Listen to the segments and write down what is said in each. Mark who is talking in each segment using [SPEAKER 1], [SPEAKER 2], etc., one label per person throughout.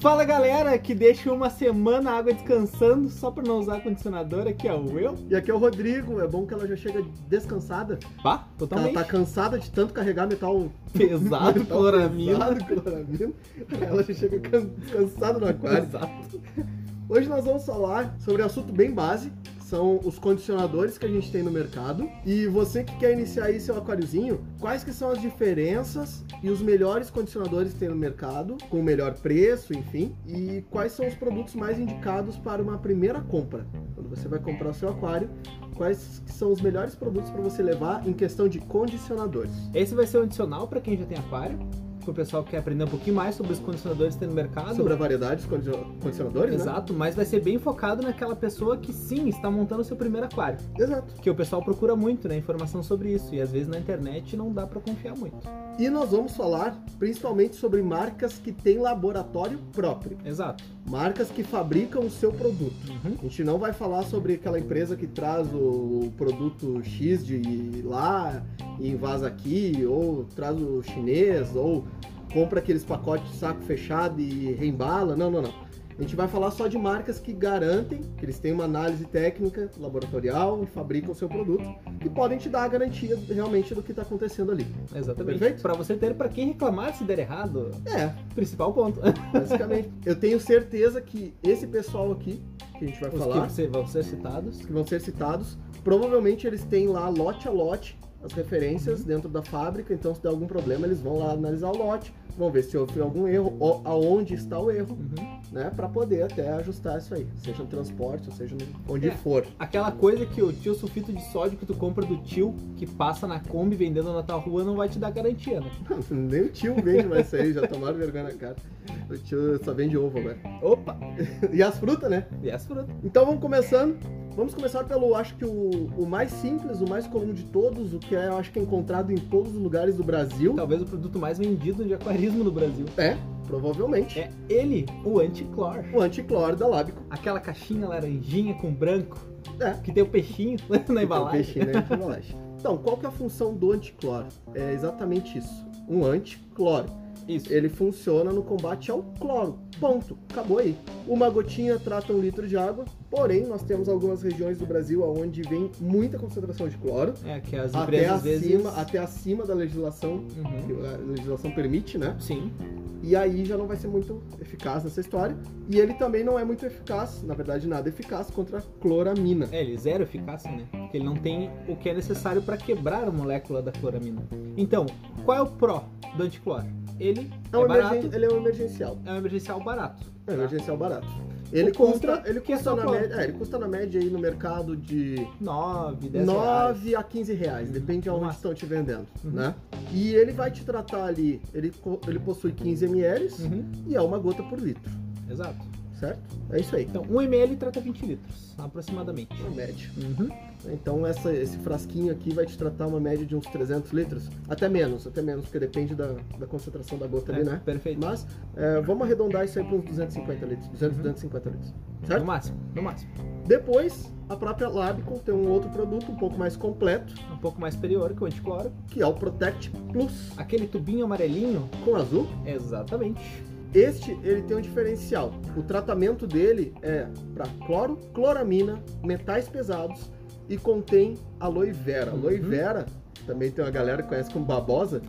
[SPEAKER 1] Fala galera que deixa uma semana a água descansando só pra não usar condicionador. Aqui é o eu.
[SPEAKER 2] E aqui é o Rodrigo, é bom que ela já chega descansada.
[SPEAKER 1] Bah,
[SPEAKER 2] Ela
[SPEAKER 1] totalmente
[SPEAKER 2] tá cansada de tanto carregar metal
[SPEAKER 1] pesado,
[SPEAKER 2] metal
[SPEAKER 1] cloramina.
[SPEAKER 2] pesado, cloramina. Ela já chega can- cansada no aquário.
[SPEAKER 1] Exato.
[SPEAKER 2] Hoje nós vamos falar sobre um assunto bem base, que são os condicionadores que a gente tem no mercado. E você que quer iniciar aí seu aquáriozinho, quais que são as diferenças e os melhores condicionadores que tem no mercado, com o melhor preço, enfim, e quais são os produtos mais indicados para uma primeira compra. Quando você vai comprar o seu aquário, quais que são os melhores produtos para você levar em questão de condicionadores.
[SPEAKER 1] Esse vai ser um adicional pra quem já tem aquário. Pro pessoal que quer aprender um pouquinho mais sobre os condicionadores que tem no mercado.
[SPEAKER 2] Sobre a variedade dos condi- condicionadores, né?
[SPEAKER 1] Exato, mas vai ser bem focado naquela pessoa que sim está montando seu primeiro aquário.
[SPEAKER 2] Exato.
[SPEAKER 1] Que o pessoal procura muito, né? Informação sobre isso. E às vezes na internet não dá pra confiar muito.
[SPEAKER 2] E nós vamos falar principalmente sobre marcas que têm laboratório próprio,
[SPEAKER 1] Exato.
[SPEAKER 2] marcas que fabricam o seu produto.
[SPEAKER 1] Uhum.
[SPEAKER 2] A gente não vai falar sobre aquela empresa que traz o produto X de lá e invasa aqui, ou traz o chinês, ou compra aqueles pacotes de saco fechado e reembala. Não, não, não. A gente vai falar só de marcas que garantem que eles têm uma análise técnica laboratorial e fabricam o seu produto e podem te dar a garantia realmente do que está acontecendo ali.
[SPEAKER 1] Exatamente.
[SPEAKER 2] Perfeito?
[SPEAKER 1] Pra você ter pra quem reclamar se der errado.
[SPEAKER 2] É,
[SPEAKER 1] Principal ponto.
[SPEAKER 2] Basicamente. Eu tenho certeza que esse pessoal aqui, que a gente vai
[SPEAKER 1] Os
[SPEAKER 2] falar,
[SPEAKER 1] que você- vão ser citados.
[SPEAKER 2] que vão ser citados, provavelmente eles têm lá lote a lote as referências
[SPEAKER 1] Uhum.
[SPEAKER 2] dentro da fábrica, então se der algum problema eles vão lá analisar o lote, vão ver se houve algum erro, ou aonde está o erro,
[SPEAKER 1] Uhum.
[SPEAKER 2] né, Pra poder até ajustar isso aí, seja no transporte, ou seja no- onde
[SPEAKER 1] É.
[SPEAKER 2] for.
[SPEAKER 1] Aquela coisa que o tio sulfito de sódio que tu compra do tio que passa na Kombi vendendo na tua rua não vai te dar garantia, né?
[SPEAKER 2] Nem o tio vende mais isso aí, já tomaram vergonha na cara. O tio só vende ovo agora.
[SPEAKER 1] Opa! Uh.
[SPEAKER 2] E as frutas, né?
[SPEAKER 1] E é as frutas.
[SPEAKER 2] Então vamos começando. Vamos começar pelo, acho que o, o mais simples, o mais comum de todos, o que é, eu acho que é encontrado em todos os lugares do Brasil.
[SPEAKER 1] Talvez o produto mais vendido de aquarismo no Brasil.
[SPEAKER 2] É, provavelmente.
[SPEAKER 1] É ele, o anticlor.
[SPEAKER 2] O anticloro da Lábico.
[SPEAKER 1] Aquela caixinha laranjinha com branco.
[SPEAKER 2] É.
[SPEAKER 1] Que tem o peixinho na embalagem.
[SPEAKER 2] Peixe, né? na embalagem. Então, qual que é a função do anticloro? É exatamente isso. Um anticloro.
[SPEAKER 1] Isso.
[SPEAKER 2] Ele funciona no combate ao cloro. Ponto. Acabou aí. Uma gotinha trata um litro de água. Porém, nós temos algumas regiões do Brasil onde vem muita concentração de cloro.
[SPEAKER 1] É que as
[SPEAKER 2] Até
[SPEAKER 1] empresas às vezes.
[SPEAKER 2] acima, até acima da legislação que
[SPEAKER 1] Uhum.
[SPEAKER 2] a legislação permite, né?
[SPEAKER 1] Sim.
[SPEAKER 2] E aí já não vai ser muito eficaz nessa história. E ele também não é muito eficaz, na verdade nada eficaz, contra a cloramina.
[SPEAKER 1] É, ele zero eficácia, né? Porque ele não tem o que é necessário para quebrar a molécula da cloramina. Então, qual é o pró do anticloro? Ele é,
[SPEAKER 2] É um
[SPEAKER 1] barato,
[SPEAKER 2] emergen- Ele é um emergencial.
[SPEAKER 1] é um emergencial barato.
[SPEAKER 2] É um
[SPEAKER 1] tá?
[SPEAKER 2] emergencial barato. Ele
[SPEAKER 1] O
[SPEAKER 2] custa,
[SPEAKER 1] contra,
[SPEAKER 2] ele
[SPEAKER 1] que é
[SPEAKER 2] custa
[SPEAKER 1] só
[SPEAKER 2] na
[SPEAKER 1] quanto?
[SPEAKER 2] média, é, ele custa na média aí no mercado de
[SPEAKER 1] 9, 10 reais.
[SPEAKER 2] 9 a 15 reais,
[SPEAKER 1] Uhum.
[SPEAKER 2] depende aonde
[SPEAKER 1] Nossa.
[SPEAKER 2] estão te vendendo,
[SPEAKER 1] Uhum.
[SPEAKER 2] né? E ele vai te tratar ali, ele, co- ele possui 15 ml
[SPEAKER 1] Uhum,
[SPEAKER 2] e é uma gota por litro,
[SPEAKER 1] exato.
[SPEAKER 2] certo? É isso aí,
[SPEAKER 1] Então, 1 ml trata 20 litros, aproximadamente.
[SPEAKER 2] na média.
[SPEAKER 1] Uhum.
[SPEAKER 2] Então essa- esse frasquinho aqui vai te tratar uma média de uns 300 litros, até menos, até menos, porque depende da, da concentração da gota ali,
[SPEAKER 1] É,
[SPEAKER 2] né?
[SPEAKER 1] perfeito.
[SPEAKER 2] Mas é, vamos arredondar isso aí para uns 250 litros, 200,
[SPEAKER 1] Uhum.
[SPEAKER 2] 250 litros,
[SPEAKER 1] No
[SPEAKER 2] certo?
[SPEAKER 1] máximo, no máximo.
[SPEAKER 2] Depois, a própria Labicon tem um outro produto um pouco mais completo,
[SPEAKER 1] Um pouco mais superior que o anticloro.
[SPEAKER 2] que é o Protect Plus,
[SPEAKER 1] Aquele tubinho amarelinho,
[SPEAKER 2] com azul.
[SPEAKER 1] exatamente.
[SPEAKER 2] Este, ele tem um diferencial. O tratamento dele é para cloro, cloramina, metais pesados e contém aloe vera. Aloe
[SPEAKER 1] Uhum.
[SPEAKER 2] vera, também tem uma galera que conhece como babosa,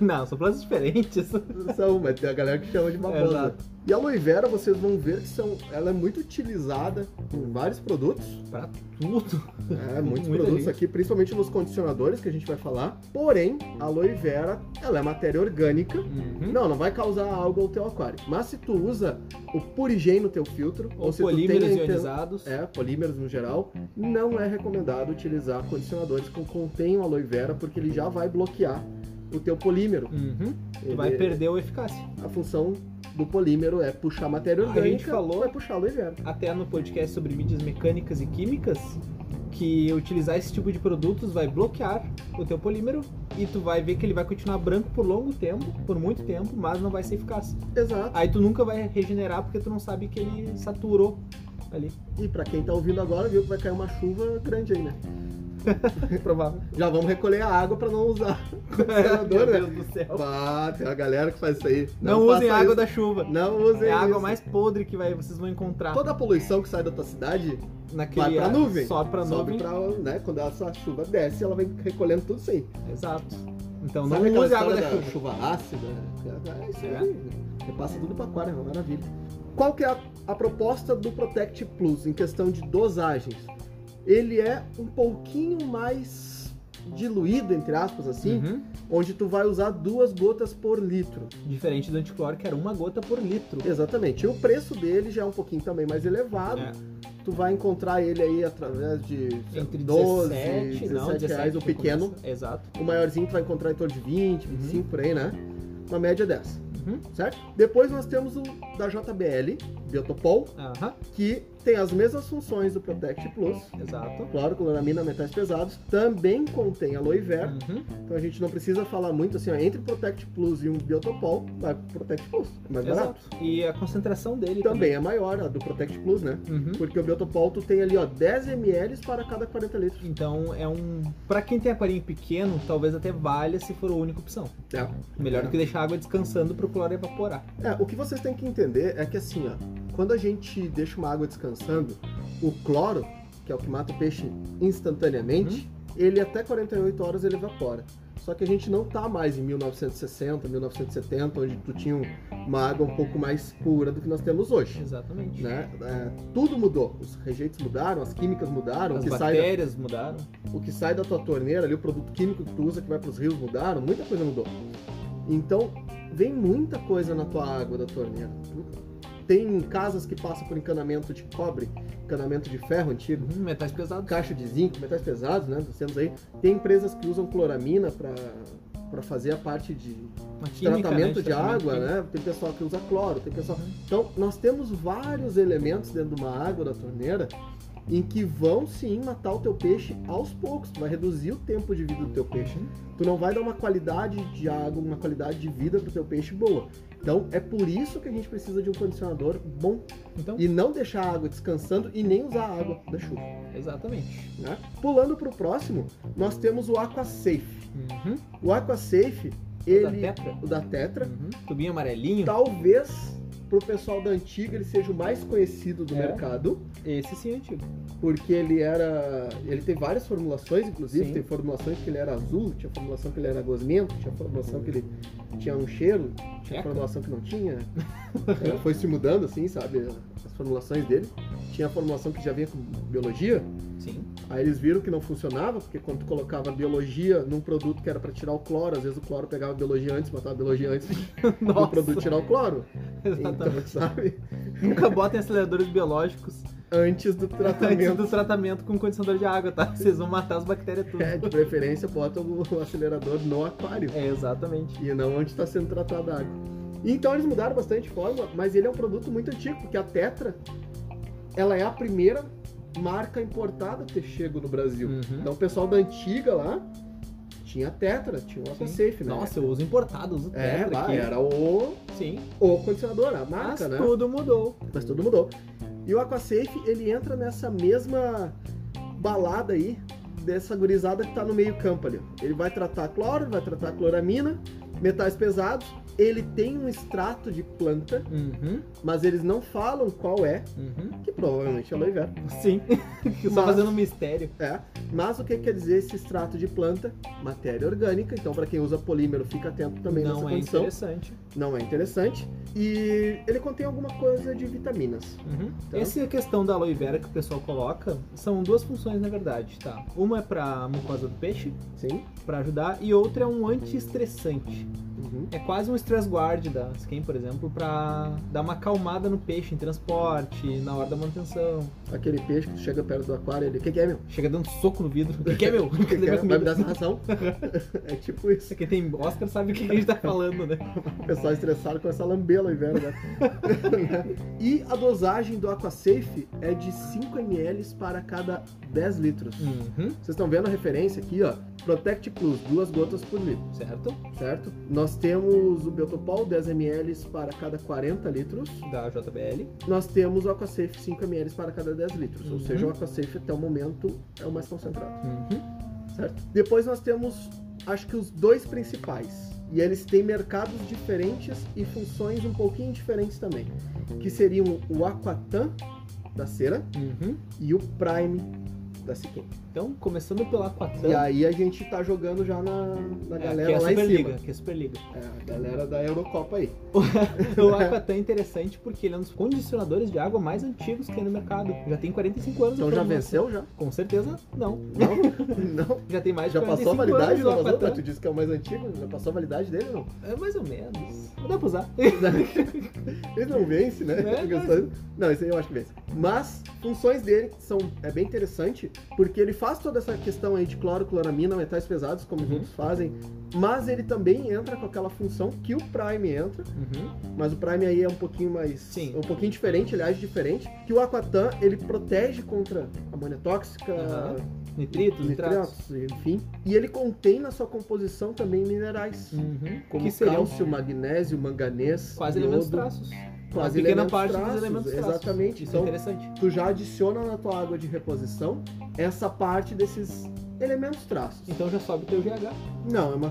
[SPEAKER 1] não, são plantas diferentes.
[SPEAKER 2] São, mas tem a galera que chama de babosa.
[SPEAKER 1] Exato.
[SPEAKER 2] E a aloe vera, vocês vão ver que são, ela é muito utilizada em vários produtos.
[SPEAKER 1] Pra tudo.
[SPEAKER 2] É, muitos
[SPEAKER 1] Muita
[SPEAKER 2] produtos
[SPEAKER 1] gente.
[SPEAKER 2] aqui, principalmente nos condicionadores que a gente vai falar. Porém, a aloe vera, ela é matéria orgânica.
[SPEAKER 1] Uhum.
[SPEAKER 2] Não, não vai causar algo ao teu aquário. Mas se tu usa o purigem no teu filtro, ou,
[SPEAKER 1] Ou
[SPEAKER 2] se tu
[SPEAKER 1] polímeros
[SPEAKER 2] tem a inten-
[SPEAKER 1] ionizados.
[SPEAKER 2] É, polímeros no geral, não é recomendado utilizar condicionadores que contenham aloe vera, porque ele já vai bloquear o teu polímero.
[SPEAKER 1] Uhum. Tu vai
[SPEAKER 2] Ele-
[SPEAKER 1] perder a eficácia.
[SPEAKER 2] A função do polímero é puxar a matéria
[SPEAKER 1] A
[SPEAKER 2] orgânica,
[SPEAKER 1] gente falou-
[SPEAKER 2] vai puxar a aloe vera.
[SPEAKER 1] Até no podcast sobre mídias mecânicas e químicas, que utilizar esse tipo de produtos vai bloquear o teu polímero e tu vai ver que ele vai continuar branco por longo tempo, por muito tempo, mas não vai ser eficaz.
[SPEAKER 2] Exato.
[SPEAKER 1] Aí tu nunca vai regenerar porque tu não sabe que ele saturou ali.
[SPEAKER 2] E pra quem tá ouvindo agora, viu que vai cair uma chuva grande aí, né?
[SPEAKER 1] Provável.
[SPEAKER 2] Já vamos recolher a água pra não usar condicionador,
[SPEAKER 1] Meu
[SPEAKER 2] né?
[SPEAKER 1] Deus do céu.
[SPEAKER 2] Ah, tem uma galera que faz isso aí.
[SPEAKER 1] Não, usem
[SPEAKER 2] faça
[SPEAKER 1] água
[SPEAKER 2] isso.
[SPEAKER 1] da chuva.
[SPEAKER 2] Não usem
[SPEAKER 1] É a água
[SPEAKER 2] isso.
[SPEAKER 1] mais podre que vai, vocês vão encontrar
[SPEAKER 2] Toda a poluição que sai da tua cidade vai
[SPEAKER 1] naquele
[SPEAKER 2] pra
[SPEAKER 1] ar.
[SPEAKER 2] nuvem.
[SPEAKER 1] Sobe pra
[SPEAKER 2] Sobe
[SPEAKER 1] nuvem.
[SPEAKER 2] pra, né? Quando essa chuva desce, ela vai recolhendo tudo isso aí.
[SPEAKER 1] Exato. Então não
[SPEAKER 2] Sabe aquela
[SPEAKER 1] use água da,
[SPEAKER 2] história
[SPEAKER 1] chuva.
[SPEAKER 2] chuva ácida? É isso
[SPEAKER 1] É.
[SPEAKER 2] aí. Repassa tudo pra aquário, é uma maravilha. Qual que é a, a proposta do Protect Plus em questão de dosagens? Ele é um pouquinho mais diluído, entre aspas, assim,
[SPEAKER 1] Uhum.
[SPEAKER 2] onde tu vai usar duas gotas por litro.
[SPEAKER 1] Diferente do anticloro, que era uma gota por litro.
[SPEAKER 2] Exatamente. E o preço dele já é um pouquinho também mais elevado.
[SPEAKER 1] É.
[SPEAKER 2] Tu vai encontrar ele aí através de sei lá,
[SPEAKER 1] Entre
[SPEAKER 2] 12,
[SPEAKER 1] 17, não,
[SPEAKER 2] 17 reais, o
[SPEAKER 1] que
[SPEAKER 2] pequeno.
[SPEAKER 1] começa. Uhum. Exato.
[SPEAKER 2] O maiorzinho tu vai encontrar em torno de 20, 25 por aí, né? Uma média dessa,
[SPEAKER 1] Uhum.
[SPEAKER 2] certo? Depois nós temos o da JBL, Biotopol,
[SPEAKER 1] Aham,
[SPEAKER 2] que tem as mesmas funções do Protect Plus.
[SPEAKER 1] exato.
[SPEAKER 2] Claro, cloramina, metais pesados. Também contém aloe vera.
[SPEAKER 1] Uhum.
[SPEAKER 2] Então a gente não precisa falar muito assim, ó, entre o Protect Plus e um Biotopol, vai pro Protect Plus. É mais barato.
[SPEAKER 1] Exato. E a concentração dele também.
[SPEAKER 2] Também é maior a do Protect Plus, né?
[SPEAKER 1] Uhum.
[SPEAKER 2] Porque o Biotopol tu tem ali, ó, 10 ml para cada 40 litros.
[SPEAKER 1] Então é um. Pra quem tem aquarinho pequeno, talvez até valha se for a única opção.
[SPEAKER 2] É.
[SPEAKER 1] Melhor
[SPEAKER 2] É.
[SPEAKER 1] do que deixar a água descansando pro cloro evaporar.
[SPEAKER 2] É, o que vocês têm que entender é que assim, ó, quando a gente deixa uma água descansando, o cloro, que é o que mata o peixe instantaneamente, ele até 48 horas ele evapora. Só que a gente não tá mais em 1960, 1970, onde tu tinha um- uma água um pouco mais pura do que nós temos hoje.
[SPEAKER 1] Exatamente.
[SPEAKER 2] Né? É, tudo mudou, os rejeitos mudaram, as químicas mudaram,
[SPEAKER 1] As
[SPEAKER 2] o, que sai
[SPEAKER 1] bactérias mudaram.
[SPEAKER 2] da, o que sai da tua torneira ali, o produto químico que tu usa que vai pros rios mudaram, muita coisa mudou. Então, vem muita coisa na tua água da torneira. Tem casas que passam por encanamento de cobre, encanamento de ferro antigo,
[SPEAKER 1] Uhum, metais pesados.
[SPEAKER 2] caixa de zinco, metais pesados, né? Nós temos aí. Tem empresas que usam cloramina para para fazer a parte de
[SPEAKER 1] Uma química,
[SPEAKER 2] tratamento
[SPEAKER 1] né,
[SPEAKER 2] de água,
[SPEAKER 1] químico.
[SPEAKER 2] né? Tem pessoal que usa cloro, tem pessoal.
[SPEAKER 1] Uhum.
[SPEAKER 2] Então, nós temos vários elementos dentro de uma água da torneira em que vão sim matar o teu peixe aos poucos, tu vai reduzir o tempo de vida do teu peixe
[SPEAKER 1] Uhum.
[SPEAKER 2] tu não vai dar uma qualidade de água, uma qualidade de vida pro teu peixe boa. Então é por isso que a gente precisa de um condicionador bom
[SPEAKER 1] Então,
[SPEAKER 2] e não deixar a água descansando e nem usar a água da chuva,
[SPEAKER 1] exatamente.
[SPEAKER 2] né? Pulando pro próximo, nós temos o AquaSafe.
[SPEAKER 1] Uhum.
[SPEAKER 2] O AquaSafe,
[SPEAKER 1] Da
[SPEAKER 2] ele
[SPEAKER 1] tetra.
[SPEAKER 2] o da Tetra,
[SPEAKER 1] Uhum. Tubinho amarelinho.
[SPEAKER 2] talvez pro pessoal da antiga ele seja o mais conhecido do
[SPEAKER 1] É.
[SPEAKER 2] mercado,
[SPEAKER 1] Esse sim é antigo.
[SPEAKER 2] porque ele era, ele tem várias formulações, inclusive
[SPEAKER 1] Sim.
[SPEAKER 2] tem formulações que ele era azul, tinha formulação que ele era gosmento, tinha formulação que ele tinha um cheiro, Tinha
[SPEAKER 1] Checa.
[SPEAKER 2] formulação que não tinha. É, foi se mudando, assim, sabe? As formulações dele. Tinha a formulação que já vinha com biologia.
[SPEAKER 1] Sim.
[SPEAKER 2] Aí eles viram que não funcionava, porque quando tu colocava biologia num produto que era pra tirar o cloro, às vezes o cloro pegava a biologia antes, botava a biologia antes
[SPEAKER 1] um
[SPEAKER 2] do produto tirar o cloro.
[SPEAKER 1] exatamente.
[SPEAKER 2] Então, sabe?
[SPEAKER 1] Nunca botem aceleradores biológicos
[SPEAKER 2] Antes do
[SPEAKER 1] antes
[SPEAKER 2] tratamento.
[SPEAKER 1] do tratamento com condicionador de água, tá? Vocês vão matar as bactérias tudo.
[SPEAKER 2] É, de preferência, bota o acelerador no aquário.
[SPEAKER 1] É, exatamente.
[SPEAKER 2] e não onde está sendo tratada a água. Então eles mudaram bastante de fórmula, mas ele é um produto muito antigo, porque a Tetra ela é a primeira marca importada a ter chego no Brasil.
[SPEAKER 1] Uhum.
[SPEAKER 2] Então o pessoal da antiga lá tinha a Tetra, tinha o AquaSafe, né?
[SPEAKER 1] Nossa, eu uso importado, uso
[SPEAKER 2] é,
[SPEAKER 1] tetra
[SPEAKER 2] lá
[SPEAKER 1] aqui.
[SPEAKER 2] era o,
[SPEAKER 1] Sim.
[SPEAKER 2] o condicionador, a
[SPEAKER 1] Mas
[SPEAKER 2] marca, né?
[SPEAKER 1] tudo mudou.
[SPEAKER 2] Mas tudo mudou. E o AquaSafe, ele entra nessa mesma balada aí dessa gurizada que tá no meio campo ali. Ele vai tratar cloro, vai tratar cloramina, metais pesados. Ele tem um extrato de planta,
[SPEAKER 1] Uhum.
[SPEAKER 2] mas eles não falam qual é,
[SPEAKER 1] Uhum.
[SPEAKER 2] que provavelmente é aloe vera.
[SPEAKER 1] Sim. Só
[SPEAKER 2] Mas-
[SPEAKER 1] fazendo um mistério.
[SPEAKER 2] É. Mas o que quer dizer esse extrato de planta? Matéria orgânica. Então, para quem usa polímero, fica atento também
[SPEAKER 1] não
[SPEAKER 2] nessa
[SPEAKER 1] é
[SPEAKER 2] condição.
[SPEAKER 1] interessante.
[SPEAKER 2] Não é interessante. E ele contém alguma coisa de vitaminas.
[SPEAKER 1] Uhum.
[SPEAKER 2] Tá.
[SPEAKER 1] Essa questão da aloe vera que o pessoal coloca são duas funções na verdade, tá? Uma é pra mucosa do peixe,
[SPEAKER 2] Sim.
[SPEAKER 1] pra ajudar, e outra é um anti-estressante.
[SPEAKER 2] Uhum.
[SPEAKER 1] É quase um stress guard da Skin, por exemplo, pra dar uma acalmada no peixe em transporte, na hora da manutenção.
[SPEAKER 2] Aquele peixe que chega perto do aquário, ele, o que, que é, meu?
[SPEAKER 1] Chega dando soco no vidro. O que, que é, meu?
[SPEAKER 2] Que
[SPEAKER 1] Cadê
[SPEAKER 2] quer-
[SPEAKER 1] minha
[SPEAKER 2] vai me
[SPEAKER 1] comida?
[SPEAKER 2] dar essa ração? é tipo isso.
[SPEAKER 1] Quem tem Oscar sabe o que a gente tá falando, né?
[SPEAKER 2] O pessoal estressado começa a lamber ao invés, né? e a dosagem do AquaSafe é de 5 ml para cada 10 litros.
[SPEAKER 1] Uhum,
[SPEAKER 2] Vocês estão vendo a referência aqui, ó. Protect Plus, duas gotas por litro,
[SPEAKER 1] certo?
[SPEAKER 2] certo? Nós Nós temos o Biotopol 10ml para cada 40 litros.
[SPEAKER 1] da JBL.
[SPEAKER 2] Nós temos o AquaSafe 5ml para cada 10 litros. Ou
[SPEAKER 1] Uhum.
[SPEAKER 2] seja, o AquaSafe até o momento é o mais concentrado, certo? Depois nós temos, acho que os dois principais. E eles têm mercados diferentes e funções um pouquinho diferentes também. Que seriam o Aquatan, da cera,
[SPEAKER 1] Uhum.
[SPEAKER 2] e o Prime, da Siquem.
[SPEAKER 1] Então, começando pela Aquatan,
[SPEAKER 2] E aí a gente tá jogando já na, na
[SPEAKER 1] é,
[SPEAKER 2] galera
[SPEAKER 1] que é a
[SPEAKER 2] lá em
[SPEAKER 1] Superliga,
[SPEAKER 2] cima.
[SPEAKER 1] que é a Superliga.
[SPEAKER 2] É, a galera da Eurocopa aí.
[SPEAKER 1] o Aquatan é interessante porque ele é um dos condicionadores de água mais antigos que tem no mercado. Já tem 45 anos.
[SPEAKER 2] Então
[SPEAKER 1] de
[SPEAKER 2] já
[SPEAKER 1] produção.
[SPEAKER 2] venceu já?
[SPEAKER 1] Com certeza, não.
[SPEAKER 2] Não? Não?
[SPEAKER 1] Já tem mais de
[SPEAKER 2] Já passou
[SPEAKER 1] 45
[SPEAKER 2] a validade
[SPEAKER 1] anos o
[SPEAKER 2] do Amazon?
[SPEAKER 1] Aquatan.
[SPEAKER 2] Tu disse que é o mais antigo, já passou a validade dele não?
[SPEAKER 1] É mais ou menos. Dá pra usar.
[SPEAKER 2] Ele não vence, né?
[SPEAKER 1] Né?
[SPEAKER 2] Fica só- Não, esse aí eu acho que vence. Mas funções dele são é bem interessante, porque ele faz toda essa questão aí de cloro, cloramina, metais pesados, como os
[SPEAKER 1] Uhum.
[SPEAKER 2] outros fazem, mas ele também entra com aquela função que o Prime entra,
[SPEAKER 1] Uhum.
[SPEAKER 2] mas o Prime aí é um pouquinho mais
[SPEAKER 1] Sim.
[SPEAKER 2] um pouquinho diferente, ele age diferente, que o Aquatan, ele protege contra amônia tóxica,
[SPEAKER 1] Aham. Nitritos, nitratos.
[SPEAKER 2] nitratos, enfim. E ele contém na sua composição também minerais.
[SPEAKER 1] Uhum.
[SPEAKER 2] Como
[SPEAKER 1] que seriam
[SPEAKER 2] cálcio, magnésio, manganês,
[SPEAKER 1] quase
[SPEAKER 2] iodo,
[SPEAKER 1] elementos traços. Uma
[SPEAKER 2] quase
[SPEAKER 1] pequena
[SPEAKER 2] elementos
[SPEAKER 1] parte
[SPEAKER 2] traços,
[SPEAKER 1] dos elementos traços.
[SPEAKER 2] Exatamente.
[SPEAKER 1] Isso é
[SPEAKER 2] então,
[SPEAKER 1] interessante.
[SPEAKER 2] tu já adiciona na tua água de reposição essa parte desses elementos traços.
[SPEAKER 1] Então já sobe teu GH.
[SPEAKER 2] Não, é uma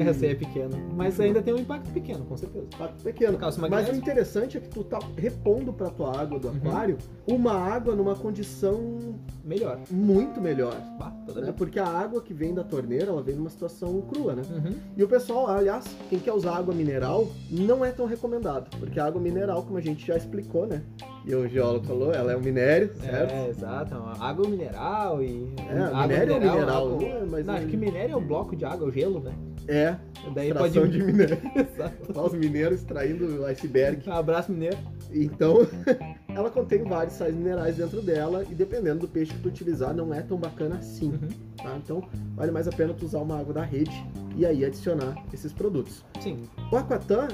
[SPEAKER 1] Essa aí é pequena. Mas ainda tem um impacto pequeno, com certeza.
[SPEAKER 2] impacto pequeno.
[SPEAKER 1] Cálcio
[SPEAKER 2] Mas o
[SPEAKER 1] magnésio.
[SPEAKER 2] interessante é que tu tá repondo pra tua água do
[SPEAKER 1] Uhum.
[SPEAKER 2] aquário uma água numa condição
[SPEAKER 1] Melhor.
[SPEAKER 2] muito melhor.
[SPEAKER 1] Bah, tá toda
[SPEAKER 2] Né?
[SPEAKER 1] vez.
[SPEAKER 2] Porque a água que vem da torneira, ela vem numa situação crua, né?
[SPEAKER 1] Uhum.
[SPEAKER 2] E o pessoal, aliás, quem quer usar água mineral, não é tão recomendado, porque a água mineral, como a gente já explicou, né? E o geólogo falou, ela é um minério, certo?
[SPEAKER 1] É, exato. Água mineral e.
[SPEAKER 2] É,
[SPEAKER 1] água
[SPEAKER 2] minério é um mineral,
[SPEAKER 1] água-
[SPEAKER 2] não é, mas
[SPEAKER 1] Não, acho
[SPEAKER 2] um-
[SPEAKER 1] que minério é o bloco de água, o gelo, né?
[SPEAKER 2] é
[SPEAKER 1] Daí
[SPEAKER 2] extração
[SPEAKER 1] pode.
[SPEAKER 2] de minério.
[SPEAKER 1] Exato.
[SPEAKER 2] Lá os mineiros extraindo o iceberg.
[SPEAKER 1] Um abraço mineiro.
[SPEAKER 2] Então, ela contém vários sais minerais dentro dela e dependendo do peixe que tu utilizar, não é tão bacana assim,
[SPEAKER 1] Uhum.
[SPEAKER 2] tá? Então, vale mais a pena tu usar uma água da rede e aí adicionar esses produtos.
[SPEAKER 1] Sim.
[SPEAKER 2] O Aquatan,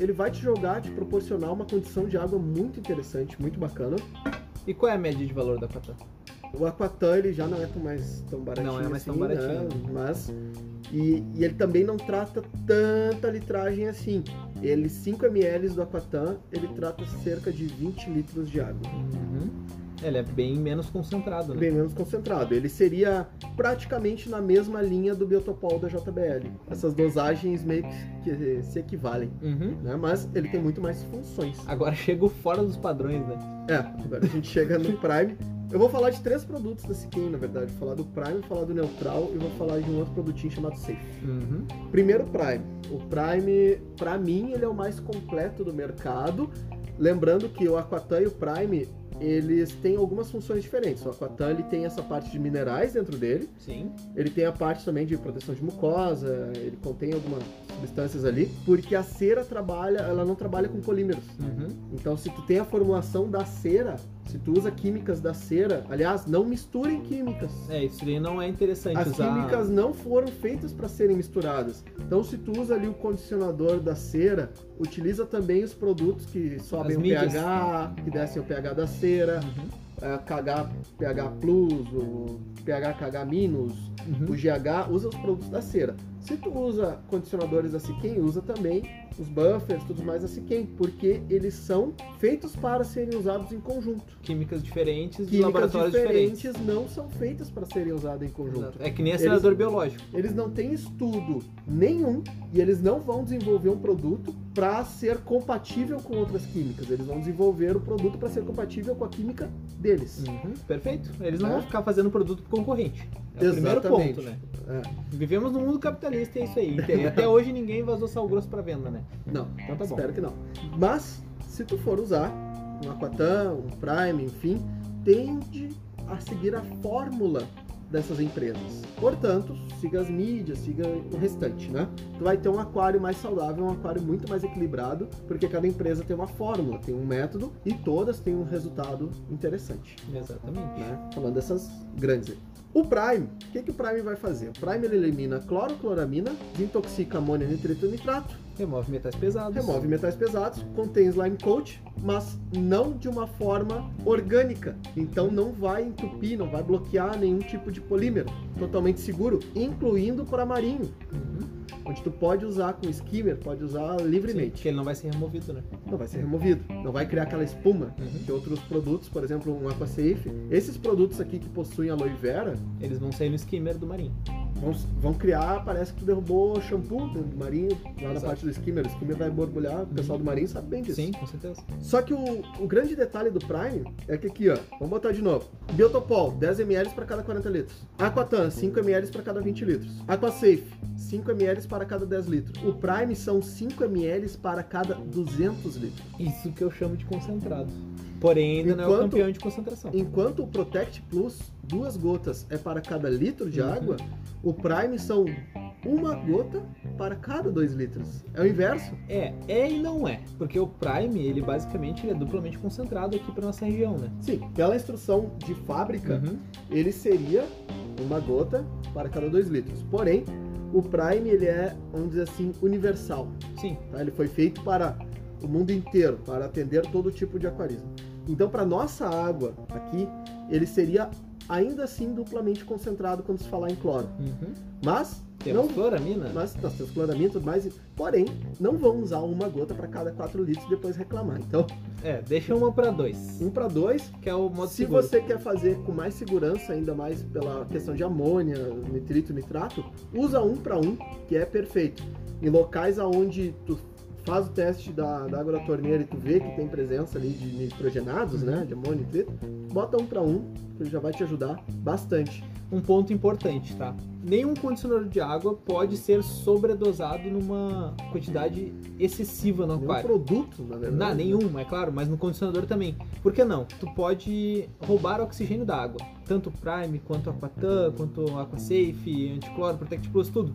[SPEAKER 2] ele vai te jogar, te proporcionar uma condição de água muito interessante, muito bacana.
[SPEAKER 1] E qual é a média de valor da Aquatan?
[SPEAKER 2] O Aquatan, ele já não é tão mais tão baratinho
[SPEAKER 1] Não é mais tão
[SPEAKER 2] assim,
[SPEAKER 1] baratinho.
[SPEAKER 2] Né? Mas... E, e ele também não trata tanta litragem assim. Ele, 5 ml do Aquatan, ele trata cerca de 20 litros de água.
[SPEAKER 1] Uhum. Ele é bem menos concentrado, né?
[SPEAKER 2] Bem menos concentrado. Ele seria praticamente na mesma linha do Biotopol da JBL. Essas dosagens meio que que se equivalem,
[SPEAKER 1] Uhum.
[SPEAKER 2] né? Mas ele tem muito mais funções.
[SPEAKER 1] Agora chego fora dos padrões, né?
[SPEAKER 2] É, agora a gente chega no Prime. Eu vou falar de três produtos da Siquem, na verdade. Vou falar do Prime, vou falar do Neutral e vou falar de um outro produtinho chamado Safe.
[SPEAKER 1] Uhum.
[SPEAKER 2] Primeiro, Prime. O Prime, pra mim, ele é o mais completo do mercado. Lembrando que o Aquatan e o Prime, eles têm algumas funções diferentes. O Aquatan, ele tem essa parte de minerais dentro dele.
[SPEAKER 1] Sim.
[SPEAKER 2] Ele tem a parte também de proteção de mucosa, ele contém algumas substâncias ali. Porque a cera trabalha, ela não trabalha com polímeros.
[SPEAKER 1] Uhum.
[SPEAKER 2] Então, se tu tem a formulação da cera, se tu usa químicas da cera, aliás, não misturem químicas.
[SPEAKER 1] É, isso aí não é interessante
[SPEAKER 2] As
[SPEAKER 1] usar.
[SPEAKER 2] químicas não foram feitas para serem misturadas. Então, se tu usa ali o condicionador da cera, utiliza também os produtos que sobem
[SPEAKER 1] As
[SPEAKER 2] o
[SPEAKER 1] mídias.
[SPEAKER 2] pH, que descem o pH da cera,
[SPEAKER 1] Uhum.
[SPEAKER 2] eh, KH, pH plus, o pH KH minus, o
[SPEAKER 1] Uhum.
[SPEAKER 2] GH, usa os produtos da cera. Se tu usa condicionadores da Siquem, usa também os buffers, tudo mais da Siquem, porque eles são feitos para serem usados em conjunto.
[SPEAKER 1] Químicas diferentes de
[SPEAKER 2] Químicas
[SPEAKER 1] laboratórios
[SPEAKER 2] diferentes, não são feitas para serem usadas em conjunto.
[SPEAKER 1] Exato. É que nem acelerador biológico.
[SPEAKER 2] Eles não têm estudo nenhum e eles não vão desenvolver um produto para ser compatível com outras químicas. Eles vão desenvolver o produto para ser compatível com a química deles.
[SPEAKER 1] Uhum, perfeito. Eles não
[SPEAKER 2] É.
[SPEAKER 1] vão ficar fazendo produto pro concorrente. É o primeiro
[SPEAKER 2] Exatamente.
[SPEAKER 1] ponto, né?
[SPEAKER 2] É.
[SPEAKER 1] Vivemos num mundo capitalista e é isso aí. Até- Até hoje ninguém vazou sal grosso pra venda, né?
[SPEAKER 2] Não,
[SPEAKER 1] Então tá bom.
[SPEAKER 2] Espero que não. Mas, se tu for usar um Aquatan, um Prime, enfim, tende a seguir a fórmula dessas empresas. Portanto, siga as mídias, siga o restante, né? Tu vai ter um aquário mais saudável, um aquário muito mais equilibrado, porque cada empresa tem uma fórmula, tem um método e todas têm um resultado interessante
[SPEAKER 1] Exatamente.
[SPEAKER 2] né? Falando dessas grandes aí. O Prime, o que, que o Prime vai fazer? O Prime ele elimina cloro, cloramina, desintoxica amônia, nitrito e nitrato,
[SPEAKER 1] Remove metais pesados.
[SPEAKER 2] Remove metais pesados, contém slime coat, mas não de uma forma orgânica. Então não vai entupir, não vai bloquear nenhum tipo de polímero. Totalmente seguro, incluindo para marinho.
[SPEAKER 1] Uhum.
[SPEAKER 2] onde tu pode usar com skimmer, pode usar livremente.
[SPEAKER 1] Porque ele não vai ser removido, né?
[SPEAKER 2] Não vai ser removido, não vai criar aquela espuma
[SPEAKER 1] Uhum.
[SPEAKER 2] que outros produtos, por exemplo, um AquaSafe. Esses produtos aqui que possuem aloe vera,
[SPEAKER 1] Eles vão sair no skimmer do marinho.
[SPEAKER 2] vão, vão criar, parece que tu derrubou shampoo né, do marinho lá na
[SPEAKER 1] Exato.
[SPEAKER 2] parte do skimmer. O skimmer vai borbulhar, o pessoal do marinho sabe bem disso.
[SPEAKER 1] Sim, com certeza.
[SPEAKER 2] Só que o, o grande detalhe do Prime é que aqui, ó, vamos botar de novo. Biotopol, 10 ml para cada 40 litros. Aquatan, 5 ml para cada 20 litros. Aquasafe, 5 ml para cada 10 litros. O Prime são 5 ml para cada 200 litros.
[SPEAKER 1] Isso que eu chamo de concentrado. Porém, ainda não é o
[SPEAKER 2] Enquanto-
[SPEAKER 1] campeão de concentração.
[SPEAKER 2] Enquanto o Protect Plus, duas gotas é para cada litro de
[SPEAKER 1] Uhum.
[SPEAKER 2] água, o Prime são uma gota para cada 2 litros. É o inverso?
[SPEAKER 1] É, é e não é. Porque o Prime, ele basicamente ele é duplamente concentrado aqui pra nossa região, né?
[SPEAKER 2] Sim, pela instrução de fábrica,
[SPEAKER 1] Uhum.
[SPEAKER 2] ele seria uma gota para cada 2 litros. Porém, o Prime ele é, vamos dizer assim, universal.
[SPEAKER 1] Sim.
[SPEAKER 2] tá? Ele foi feito para o mundo inteiro, para atender todo tipo de aquarismo. Então, para nossa água aqui, ele seria ainda assim duplamente concentrado quando se falar em cloro.
[SPEAKER 1] Uhum.
[SPEAKER 2] Mas
[SPEAKER 1] Temos
[SPEAKER 2] Não-
[SPEAKER 1] cloramina?
[SPEAKER 2] nós, nós temos cloramina e tudo mais, e- porém, não vão usar uma gota para cada 4 litros e depois reclamar. Então,
[SPEAKER 1] É, deixa uma pra dois.
[SPEAKER 2] um para dois,
[SPEAKER 1] Que é o modo
[SPEAKER 2] Se
[SPEAKER 1] seguro.
[SPEAKER 2] você quer fazer com mais segurança, ainda mais pela questão de amônia, nitrito, nitrato, usa um para um, que é perfeito. Em locais aonde tu faz o teste da, da água da torneira e tu vê que tem presença ali de nitrogenados, né, de amônia, nitrito, bota um para um, que já vai te ajudar bastante.
[SPEAKER 1] Um ponto importante, tá? Nenhum condicionador de água pode ser sobredosado numa quantidade excessiva no
[SPEAKER 2] Nenhum
[SPEAKER 1] aquário.
[SPEAKER 2] produto, na verdade.
[SPEAKER 1] Na, nenhum, é claro, mas no condicionador também. Por que não? Tu pode roubar o oxigênio da água. Tanto o Prime, quanto o Aquatan,
[SPEAKER 2] Uhum.
[SPEAKER 1] quanto o AquaSafe, Anticloro, Protect Plus, tudo.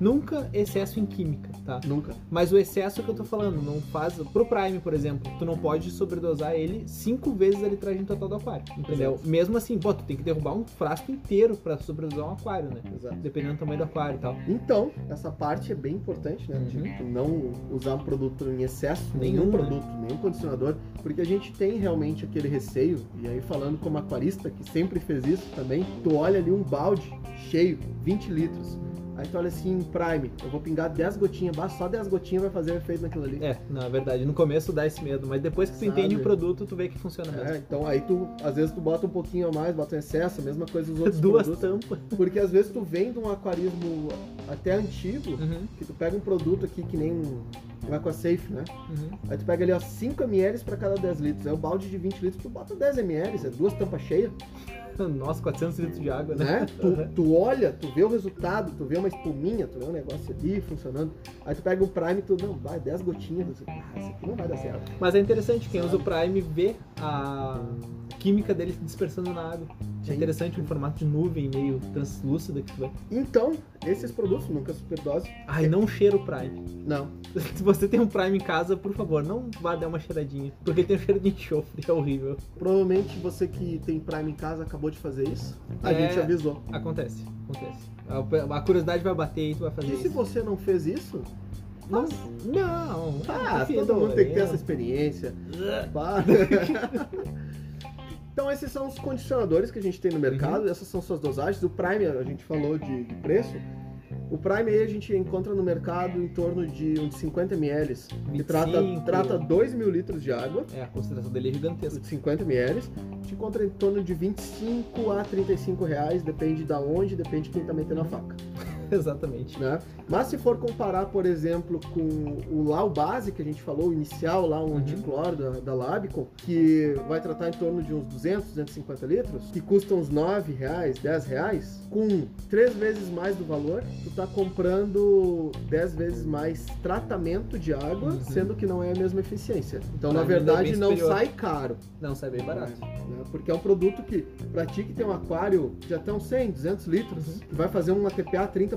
[SPEAKER 1] Nunca excesso em química, tá?
[SPEAKER 2] Nunca.
[SPEAKER 1] Mas o excesso que eu tô falando, não faz. Pro Prime, por exemplo, tu não pode sobredosar ele cinco vezes a litragem total do aquário. Entendeu?
[SPEAKER 2] Exato.
[SPEAKER 1] Mesmo assim, pô, tu tem que derrubar um frasco inteiro pra sobredosar um aquário, né?
[SPEAKER 2] Exato.
[SPEAKER 1] Dependendo do tamanho do aquário e tal.
[SPEAKER 2] Então, essa parte é bem importante, né?
[SPEAKER 1] Uhum.
[SPEAKER 2] De tu não usar um produto em excesso,
[SPEAKER 1] Nenhum,
[SPEAKER 2] nenhum,
[SPEAKER 1] né?
[SPEAKER 2] produto, nenhum condicionador, porque a gente tem realmente aquele receio, e aí falando como aquarista, que sempre fez isso também, tu olha ali um balde cheio, 20 litros, aí tu olha assim, prime, eu vou pingar 10 gotinhas, bah, só 10 gotinhas vai fazer o efeito naquilo ali. né?
[SPEAKER 1] É, na verdade, no começo dá esse medo, mas depois que tu
[SPEAKER 2] Sabe.
[SPEAKER 1] entende o produto, tu vê que funciona
[SPEAKER 2] É,
[SPEAKER 1] mesmo.
[SPEAKER 2] então aí tu, às vezes tu bota um pouquinho a mais, bota um excesso, a mesma coisa os outros
[SPEAKER 1] Duas
[SPEAKER 2] produtos.
[SPEAKER 1] tampas.
[SPEAKER 2] Porque às vezes tu vem de um aquarismo até antigo,
[SPEAKER 1] Uhum,
[SPEAKER 2] que tu pega um produto aqui que nem um, um aquasafe, né?
[SPEAKER 1] uhum.
[SPEAKER 2] Aí tu pega ali, ó, 5 ml pra cada 10 litros. Aí o balde de 20 litros, tu bota 10 ml, é duas tampas cheias,
[SPEAKER 1] Nossa, 400 litros de água, né?
[SPEAKER 2] né? Tu, tu olha, tu vê o resultado, tu vê uma espuminha, tu vê um negócio ali funcionando. Aí tu pega o Prime e tu, não, vai, 10 gotinhas. Tu, ah, isso aqui não vai dar certo.
[SPEAKER 1] Mas é interessante, quem usa o Prime vê a química dele se dispersando na água. É
[SPEAKER 2] Sim.
[SPEAKER 1] interessante um formato de nuvem meio translúcida que tu vê.
[SPEAKER 2] Então, esses produtos, nunca superdose,
[SPEAKER 1] Ai, não cheira o Prime.
[SPEAKER 2] não.
[SPEAKER 1] Se você tem um Prime em casa, por favor, não vá dar uma cheiradinha. Porque ele tem um cheiro de enxofre, é horrível.
[SPEAKER 2] Provavelmente você que tem Prime em casa acabou de fazer isso. A
[SPEAKER 1] É.
[SPEAKER 2] gente avisou.
[SPEAKER 1] Acontece, acontece. A, a curiosidade vai bater e tu vai fazer
[SPEAKER 2] E se
[SPEAKER 1] isso.
[SPEAKER 2] você não fez isso,
[SPEAKER 1] Não, não. é.
[SPEAKER 2] Ah,
[SPEAKER 1] filho,
[SPEAKER 2] todo mundo tem que ter
[SPEAKER 1] eu-
[SPEAKER 2] essa experiência. Para. Então esses são os condicionadores que a gente tem no mercado, essas são suas dosagens. O Prime, a gente falou de, de preço. O Prime aí a gente encontra no mercado em torno de uns 50 ml, que
[SPEAKER 1] 25.
[SPEAKER 2] trata, trata 2 mil litros de água,
[SPEAKER 1] É, a concentração dele é gigantesca.
[SPEAKER 2] de 50 ml. A gente encontra em torno de 25 a 35 reais, depende da onde, depende de quem tá metendo a faca.
[SPEAKER 1] Exatamente.
[SPEAKER 2] né? Mas se for comparar, por exemplo, com o lá o base que a gente falou, o inicial lá, o
[SPEAKER 1] Uhum.
[SPEAKER 2] anticlor da, da Labicon, que vai tratar em torno de uns 200, 250 litros, que custa uns 9 reais, 10 reais, com três vezes mais do valor, tu tá comprando 10 vezes mais tratamento de água,
[SPEAKER 1] Uhum.
[SPEAKER 2] sendo que não é a mesma eficiência. Então,
[SPEAKER 1] Pra
[SPEAKER 2] na
[SPEAKER 1] mim, é bem
[SPEAKER 2] verdade, não
[SPEAKER 1] superior.
[SPEAKER 2] sai caro.
[SPEAKER 1] Não, sai bem barato.
[SPEAKER 2] Né? Porque é um produto que, pra ti que tem um aquário de até uns 100, 200 litros,
[SPEAKER 1] Uhum.
[SPEAKER 2] que vai fazer uma TPA 30%,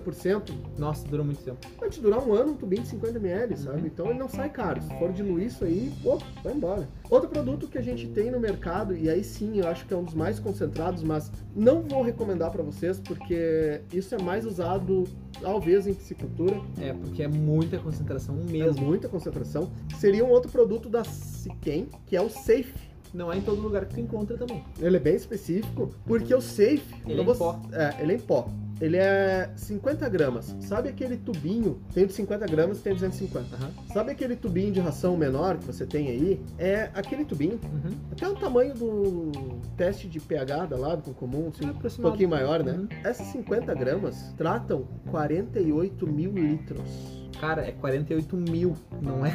[SPEAKER 1] Nossa, dura muito tempo.
[SPEAKER 2] Vai te durar um ano um tubinho de 50 ml,
[SPEAKER 1] Uhum.
[SPEAKER 2] sabe? Então ele não sai caro. Se for diluir isso aí, pô, vai embora. Outro produto que a gente tem no mercado, e aí sim eu acho que é um dos mais concentrados, mas não vou recomendar pra vocês, porque isso é mais usado talvez em piscicultura,
[SPEAKER 1] É, porque é muita concentração
[SPEAKER 2] é
[SPEAKER 1] mesmo.
[SPEAKER 2] muita concentração. Seria um outro produto da Siquem, que é o Safe.
[SPEAKER 1] Não é em todo lugar que tu encontra também.
[SPEAKER 2] Ele é bem específico, porque o Safe.
[SPEAKER 1] Ele
[SPEAKER 2] pra
[SPEAKER 1] é em
[SPEAKER 2] você-
[SPEAKER 1] pó.
[SPEAKER 2] É, ele é em pó. Ele é 50 gramas. Sabe aquele tubinho? Tem de 50 gramas e tem 250.
[SPEAKER 1] Aham.
[SPEAKER 2] Sabe aquele tubinho de ração menor que você tem aí? É aquele tubinho.
[SPEAKER 1] Uhum.
[SPEAKER 2] Até o tamanho do teste de pH da Labcom comum, assim,
[SPEAKER 1] É
[SPEAKER 2] um
[SPEAKER 1] aproximado.
[SPEAKER 2] pouquinho maior, né?
[SPEAKER 1] Uhum.
[SPEAKER 2] Essas 50 gramas tratam 48 mil litros.
[SPEAKER 1] Cara, é 48 mil, não é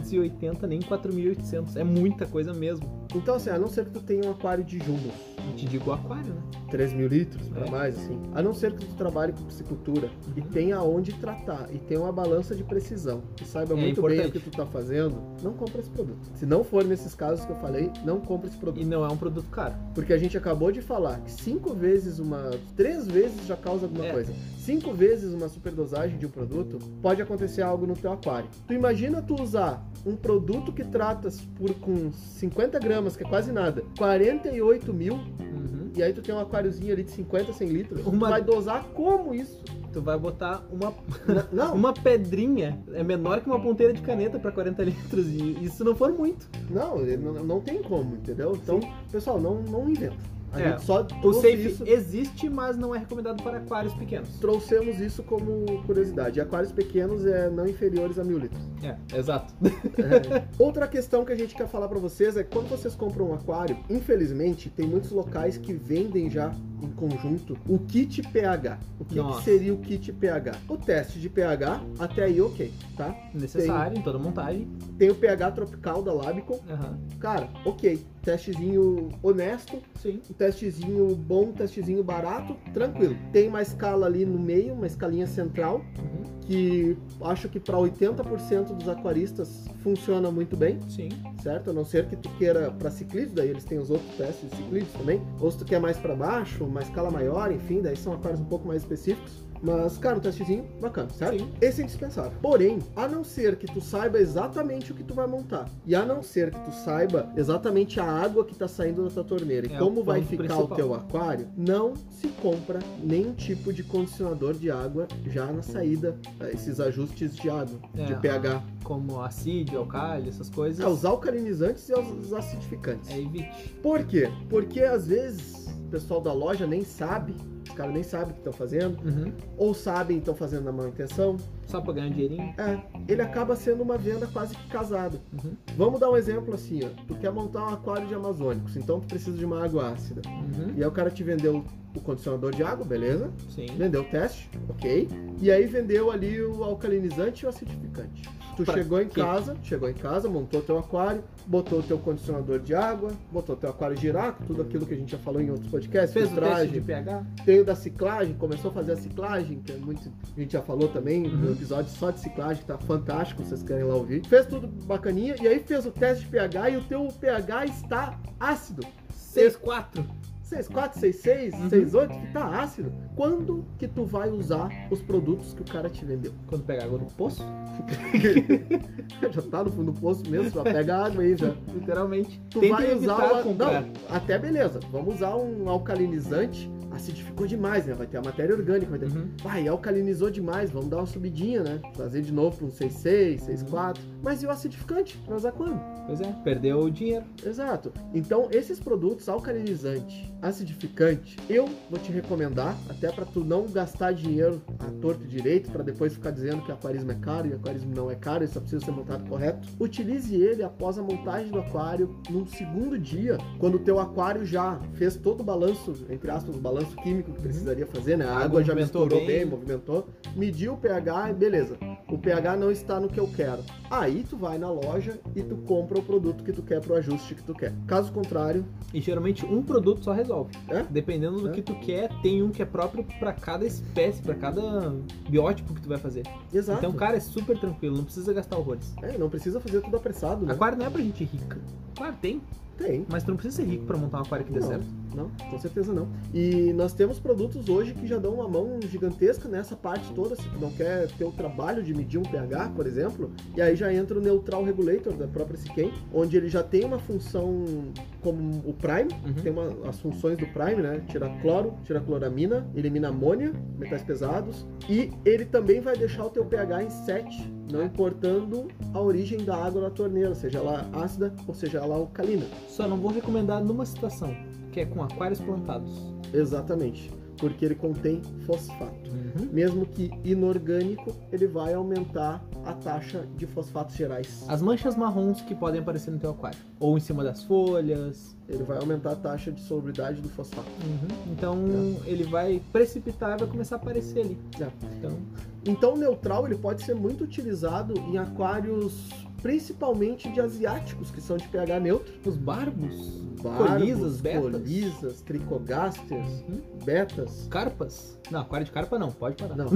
[SPEAKER 1] 480 nem 4.800. É muita coisa mesmo.
[SPEAKER 2] Então, assim, a não ser que tu tenha um aquário de jumbo,
[SPEAKER 1] E te digo o aquário, né?
[SPEAKER 2] 3 mil litros pra
[SPEAKER 1] É.
[SPEAKER 2] mais, assim. A não ser que tu trabalhe com piscicultura e
[SPEAKER 1] Uhum.
[SPEAKER 2] tenha onde tratar e tenha uma balança de precisão e saiba
[SPEAKER 1] É
[SPEAKER 2] muito bem o
[SPEAKER 1] importante.
[SPEAKER 2] que tu tá fazendo, não compra esse produto. Se não for nesses casos que eu falei, não compra esse produto.
[SPEAKER 1] E não é um produto caro.
[SPEAKER 2] Porque a gente acabou de falar que cinco vezes uma. três vezes já causa alguma
[SPEAKER 1] É.
[SPEAKER 2] coisa. Cinco vezes uma superdosagem de um produto pode acontecer algo no teu aquário. Tu imagina tu usar um produto que tratas por com 50 gramas, que é quase nada, 48 mil,
[SPEAKER 1] Uhum.
[SPEAKER 2] e aí tu tem um aquáriozinho ali de 50, 100 litros,
[SPEAKER 1] Uma-
[SPEAKER 2] tu vai dosar como isso?
[SPEAKER 1] Tu vai botar uma,
[SPEAKER 2] Na- Não,
[SPEAKER 1] uma pedrinha, é menor que uma ponteira de caneta pra 40 litros. E isso não for muito.
[SPEAKER 2] não, ele não, não tem como, entendeu? Então, pessoal, não, não inventa. A
[SPEAKER 1] É.
[SPEAKER 2] gente só
[SPEAKER 1] O
[SPEAKER 2] trouxe
[SPEAKER 1] safe
[SPEAKER 2] isso.
[SPEAKER 1] existe, mas não é recomendado para aquários pequenos.
[SPEAKER 2] Trouxemos isso como curiosidade. Aquários pequenos é não inferiores a mil litros.
[SPEAKER 1] É, exato.
[SPEAKER 2] É. Outra questão que a gente quer falar pra vocês é que quando vocês compram um aquário, infelizmente tem muitos locais que vendem já em conjunto o kit pH. O que, que
[SPEAKER 1] Nossa.
[SPEAKER 2] seria o kit pH? O teste de pH, até aí ok, tá?
[SPEAKER 1] Necessário em toda montagem.
[SPEAKER 2] Tem o pH tropical da Labicon,
[SPEAKER 1] Aham.
[SPEAKER 2] cara, ok. Testezinho honesto,
[SPEAKER 1] Sim.
[SPEAKER 2] um testezinho bom, um testezinho barato, tranquilo. Tem uma escala ali no meio, uma escalinha central,
[SPEAKER 1] Uhum.
[SPEAKER 2] que acho que pra 80% dos aquaristas funciona muito bem
[SPEAKER 1] Sim.
[SPEAKER 2] certo? A não ser que tu queira para ciclismo, daí eles têm os outros testes de ciclismo também. Ou se tu quer mais para baixo, uma escala maior, enfim, daí são aquários um pouco mais específicos. Mas, cara, um testezinho bacana, certo?
[SPEAKER 1] Sim.
[SPEAKER 2] Esse é indispensável. Porém, a não ser que tu saiba exatamente o que tu vai montar, e a não ser que tu saiba exatamente a água que tá saindo da tua torneira e
[SPEAKER 1] É,
[SPEAKER 2] como
[SPEAKER 1] o
[SPEAKER 2] vai
[SPEAKER 1] ponto
[SPEAKER 2] ficar o
[SPEAKER 1] principal.
[SPEAKER 2] teu aquário, não se compra nenhum tipo de condicionador de água já na saída, eh, esses ajustes de água,
[SPEAKER 1] É.
[SPEAKER 2] de pH.
[SPEAKER 1] Como acídio, alcalho, essas coisas.
[SPEAKER 2] É, os alcalinizantes e os acidificantes.
[SPEAKER 1] É evite.
[SPEAKER 2] Por quê? Porque às vezes o pessoal da loja nem sabe, os caras nem sabem o que estão fazendo,
[SPEAKER 1] Uhum.
[SPEAKER 2] ou sabem e estão fazendo na má intenção.
[SPEAKER 1] Só pra ganhar um dinheirinho.
[SPEAKER 2] É, ele acaba sendo uma venda quase que casada.
[SPEAKER 1] Uhum.
[SPEAKER 2] Vamos dar um exemplo assim, ó. Tu quer montar um aquário de amazônicos, então tu precisa de uma água ácida.
[SPEAKER 1] Uhum.
[SPEAKER 2] E aí o cara te vendeu o condicionador de água, beleza?
[SPEAKER 1] Sim.
[SPEAKER 2] Vendeu o teste, ok. E aí vendeu ali o alcalinizante e o acidificante. Tu
[SPEAKER 1] Pra
[SPEAKER 2] chegou em
[SPEAKER 1] quê?
[SPEAKER 2] casa, chegou em casa, montou teu aquário, botou teu condicionador de água, botou teu aquário girar, tudo aquilo que a gente já falou em outros podcasts,
[SPEAKER 1] Fez o teste
[SPEAKER 2] filtragem,
[SPEAKER 1] de pH?
[SPEAKER 2] tem o da ciclagem, começou a fazer a ciclagem, que é muito. A gente já falou também no
[SPEAKER 1] Uhum.
[SPEAKER 2] episódio só de ciclagem, que tá fantástico, vocês querem lá ouvir. Fez tudo bacaninha, e aí fez o teste de pH e o teu pH está ácido.
[SPEAKER 1] 6,4.
[SPEAKER 2] 6466,
[SPEAKER 1] Uhum.
[SPEAKER 2] 68, que tá ácido. Quando que tu vai usar os produtos que o cara te vendeu?
[SPEAKER 1] Quando pegar água no poço,
[SPEAKER 2] já tá no fundo do poço mesmo, já pega água aí já.
[SPEAKER 1] literalmente.
[SPEAKER 2] Tu
[SPEAKER 1] Tentem
[SPEAKER 2] vai usar
[SPEAKER 1] evitar
[SPEAKER 2] o-
[SPEAKER 1] comprar.
[SPEAKER 2] Não, até beleza. Vamos usar um alcalinizante. Acidificou demais, né? Vai ter a matéria orgânica, vai ter.
[SPEAKER 1] Uhum.
[SPEAKER 2] Vai, alcalinizou demais, vamos dar uma subidinha, né? Fazer de novo pra um 66, 64. Mas e o acidificante? Vai usar quando?
[SPEAKER 1] Pois é, perdeu o dinheiro.
[SPEAKER 2] Exato. Então, esses produtos alcalinizante, acidificante, eu vou te recomendar, até pra tu não gastar dinheiro a torto e direito, pra depois ficar dizendo que aquarismo é caro e aquarismo não é caro, ele só precisa ser montado correto. Utilize ele após a montagem do aquário, num segundo dia, quando o teu aquário já fez todo o balanço, entre aspas, o balanço químico que precisaria fazer, né? A
[SPEAKER 1] Água
[SPEAKER 2] água já
[SPEAKER 1] movimentou
[SPEAKER 2] misturou bem,
[SPEAKER 1] bem.
[SPEAKER 2] movimentou, mediu o pH e beleza. O pH não está no que eu quero. Aí tu vai na loja e tu compra o produto que tu quer pro ajuste que tu quer. Caso contrário,
[SPEAKER 1] E geralmente um produto só resolve.
[SPEAKER 2] É?
[SPEAKER 1] Dependendo do
[SPEAKER 2] É.
[SPEAKER 1] que tu quer, tem um que é próprio pra cada espécie, pra cada biótipo que tu vai fazer.
[SPEAKER 2] exato.
[SPEAKER 1] Então, cara, é super tranquilo, não precisa gastar horrores.
[SPEAKER 2] É, não precisa fazer tudo apressado, né?
[SPEAKER 1] Aquário não é pra gente rica. Claro, tem,
[SPEAKER 2] Tem.
[SPEAKER 1] mas tu não precisa ser rico pra montar um aquário que dê
[SPEAKER 2] Não.
[SPEAKER 1] certo.
[SPEAKER 2] Não, com certeza não. E nós temos produtos hoje que já dão uma mão gigantesca nessa parte toda, se tu não quer ter o trabalho de medir um pH, por exemplo, e aí já entra o Neutral Regulator da própria Siquem, onde ele já tem uma função como o Prime,
[SPEAKER 1] Uhum.
[SPEAKER 2] tem uma- as funções do Prime, né? Tira cloro, tira cloramina, elimina amônia, metais pesados. E ele também vai deixar o teu pH em 7, não importando a origem da água na torneira, seja ela ácida ou seja ela alcalina.
[SPEAKER 1] Só não vou recomendar numa situação, que é com aquários plantados.
[SPEAKER 2] Exatamente. porque ele contém fosfato.
[SPEAKER 1] Uhum.
[SPEAKER 2] Mesmo que inorgânico, ele vai aumentar a taxa de fosfatos gerais.
[SPEAKER 1] As manchas marrons que podem aparecer no teu aquário. Ou em cima das folhas.
[SPEAKER 2] Ele vai aumentar a taxa de solubilidade do fosfato. Uhum.
[SPEAKER 1] Então ele vai precipitar e vai começar a aparecer ali.
[SPEAKER 2] É.
[SPEAKER 1] Então,
[SPEAKER 2] Então, o neutral ele pode ser muito utilizado em aquários, principalmente de asiáticos, que são de pH neutro.
[SPEAKER 1] os barbos,
[SPEAKER 2] Barbos,
[SPEAKER 1] colisas, betas,
[SPEAKER 2] colisas, tricogasters,
[SPEAKER 1] Uhum.
[SPEAKER 2] betas.
[SPEAKER 1] carpas. Não, aquário de carpa não, pode parar.
[SPEAKER 2] Não.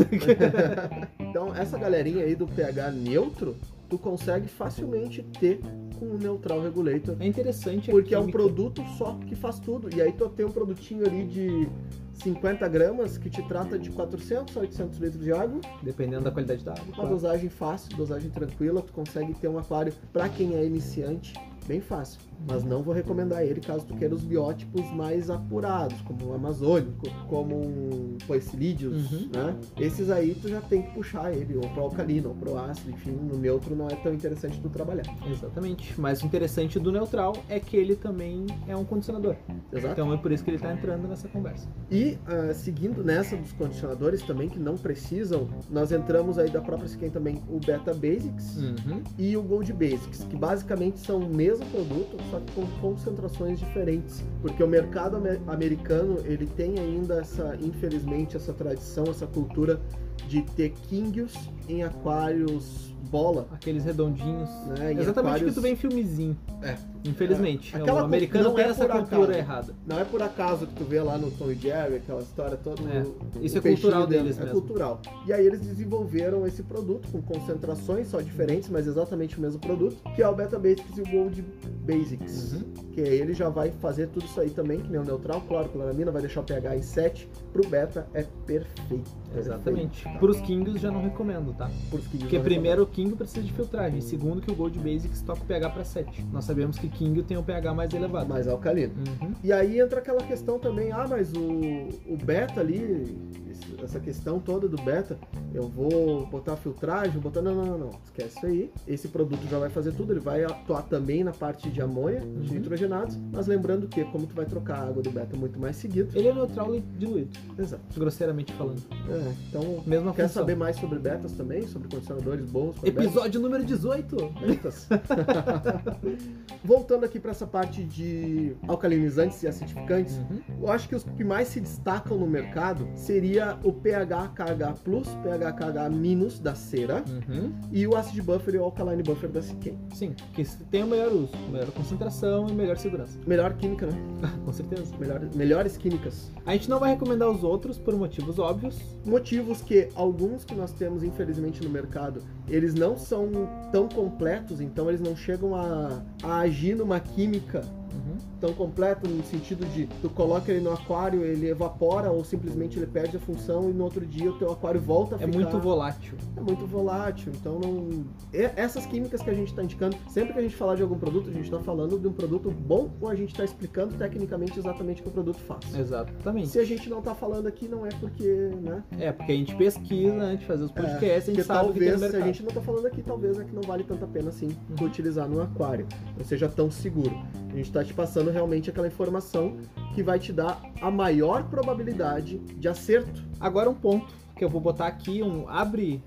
[SPEAKER 2] então, essa galerinha aí do pH neutro, tu consegue facilmente ter com o neutral regulator.
[SPEAKER 1] É interessante. a
[SPEAKER 2] Porque é um
[SPEAKER 1] química.
[SPEAKER 2] produto só que faz tudo. E aí tu tem um produtinho ali de 50 gramas que te trata de 400 a 800 litros de água.
[SPEAKER 1] Dependendo da qualidade da
[SPEAKER 2] Uma
[SPEAKER 1] água. claro.
[SPEAKER 2] dosagem fácil, dosagem tranquila. Tu consegue ter um aquário, pra quem é iniciante, bem fácil. Mas não vou recomendar ele caso tu queira os biótipos mais apurados, como o amazônico, como um poecilídeos,
[SPEAKER 1] Uhum.
[SPEAKER 2] né? Esses aí tu já tem que puxar ele, ou pro alcalino, ou pro ácido, enfim, no neutro não é tão interessante tu trabalhar.
[SPEAKER 1] Exatamente. Mas o interessante do neutral é que ele também é um condicionador.
[SPEAKER 2] Exato?
[SPEAKER 1] Então é por isso que ele tá entrando nessa conversa.
[SPEAKER 2] E ah, seguindo nessa dos condicionadores também, que não precisam, nós entramos aí da própria Skin também o Beta Basics
[SPEAKER 1] Uhum.
[SPEAKER 2] e o Gold Basics, que basicamente são o mesmo produto, só que com concentrações diferentes. Porque o mercado ame- americano, ele tem ainda essa, infelizmente, essa tradição, essa cultura de ter quinguios em aquários bola.
[SPEAKER 1] Aqueles redondinhos.
[SPEAKER 2] Né, em
[SPEAKER 1] Exatamente o que tu
[SPEAKER 2] aquários-
[SPEAKER 1] vê em filmezinho.
[SPEAKER 2] É.
[SPEAKER 1] Infelizmente.
[SPEAKER 2] É, aquela
[SPEAKER 1] o americano
[SPEAKER 2] cultura
[SPEAKER 1] tem
[SPEAKER 2] não é
[SPEAKER 1] essa
[SPEAKER 2] por
[SPEAKER 1] cultura
[SPEAKER 2] acaso.
[SPEAKER 1] errada.
[SPEAKER 2] Não é por acaso que tu vê lá no Tom e Jerry aquela história toda.
[SPEAKER 1] É.
[SPEAKER 2] o-
[SPEAKER 1] Isso
[SPEAKER 2] o
[SPEAKER 1] é cultural
[SPEAKER 2] peixinho dentro.
[SPEAKER 1] deles
[SPEAKER 2] É
[SPEAKER 1] mesmo.
[SPEAKER 2] cultural. E aí eles desenvolveram esse produto com concentrações só diferentes, mas exatamente o mesmo produto, que é o Beta Basics e o Gold Basics.
[SPEAKER 1] Uhum.
[SPEAKER 2] Que aí ele já vai fazer tudo isso aí também, que nem o neutral, claro, cloramina, vai deixar o pH em 7. Pro beta é perfeito.
[SPEAKER 1] Exatamente. Pros Kings já não recomendo, tá?
[SPEAKER 2] Por isso que
[SPEAKER 1] Porque primeiro o King precisa de filtragem, segundo que o Gold Basics toca o pH pra 7. Nós sabemos que King tem um pH mais elevado.
[SPEAKER 2] Mais alcalino.
[SPEAKER 1] Uhum.
[SPEAKER 2] E aí entra aquela questão também, ah, mas o, o beta ali, esse- essa questão toda do beta, eu vou botar filtragem, vou botar. Não, não, não, não. Esquece isso aí. Esse produto já vai fazer tudo, ele vai atuar também na parte de amônia, de
[SPEAKER 1] Uhum.
[SPEAKER 2] nitrogenados, mas lembrando que, como tu vai trocar a água do beta muito mais seguido.
[SPEAKER 1] Ele é neutral e diluído,
[SPEAKER 2] Exato.
[SPEAKER 1] grosseiramente falando.
[SPEAKER 2] É, então.
[SPEAKER 1] Mesma
[SPEAKER 2] Quer
[SPEAKER 1] função.
[SPEAKER 2] saber mais sobre betas também? Sobre condicionadores bons? para betas?
[SPEAKER 1] Episódio número 18.
[SPEAKER 2] Betas. Voltando aqui para essa parte de alcalinizantes e acidificantes,
[SPEAKER 1] Uhum.
[SPEAKER 2] Eu acho que os que mais se destacam no mercado seria o PHKH+, PHKH- da cera
[SPEAKER 1] Uhum.
[SPEAKER 2] e o Acid Buffer e o Alkaline Buffer da Siquem.
[SPEAKER 1] Sim, que tem o melhor uso, melhor concentração e melhor segurança.
[SPEAKER 2] Melhor química, né?
[SPEAKER 1] Com certeza.
[SPEAKER 2] Melhor, melhores químicas.
[SPEAKER 1] A gente não vai recomendar os outros por motivos óbvios.
[SPEAKER 2] Motivos que alguns que nós temos, infelizmente, no mercado, eles não são tão completos, então eles não chegam a, a agir numa química
[SPEAKER 1] Uhum.
[SPEAKER 2] tão completa no sentido de tu coloca ele no aquário, ele evapora ou simplesmente ele perde a função e no outro dia o teu aquário volta a
[SPEAKER 1] É
[SPEAKER 2] ficar...
[SPEAKER 1] muito volátil.
[SPEAKER 2] é muito volátil, então não. E- Essas químicas que a gente está indicando, sempre que a gente falar de algum produto, a gente está falando de um produto bom ou a gente está explicando tecnicamente exatamente o que o produto faz.
[SPEAKER 1] É. Exatamente.
[SPEAKER 2] Se a gente não tá falando aqui, não é porque, né?
[SPEAKER 1] É, porque a gente pesquisa antes de fazer os podcasts, a
[SPEAKER 2] É, Porque
[SPEAKER 1] gente sabe o que tem no
[SPEAKER 2] talvez, se a
[SPEAKER 1] mercado. Uhum.
[SPEAKER 2] gente não tá falando aqui, talvez é que não vale tanto a pena assim tu utilizar no aquário. Não seja tão seguro. A gente tá te passando realmente aquela informação que vai te dar a maior probabilidade de acerto.
[SPEAKER 1] Agora um ponto que eu vou botar aqui, um abre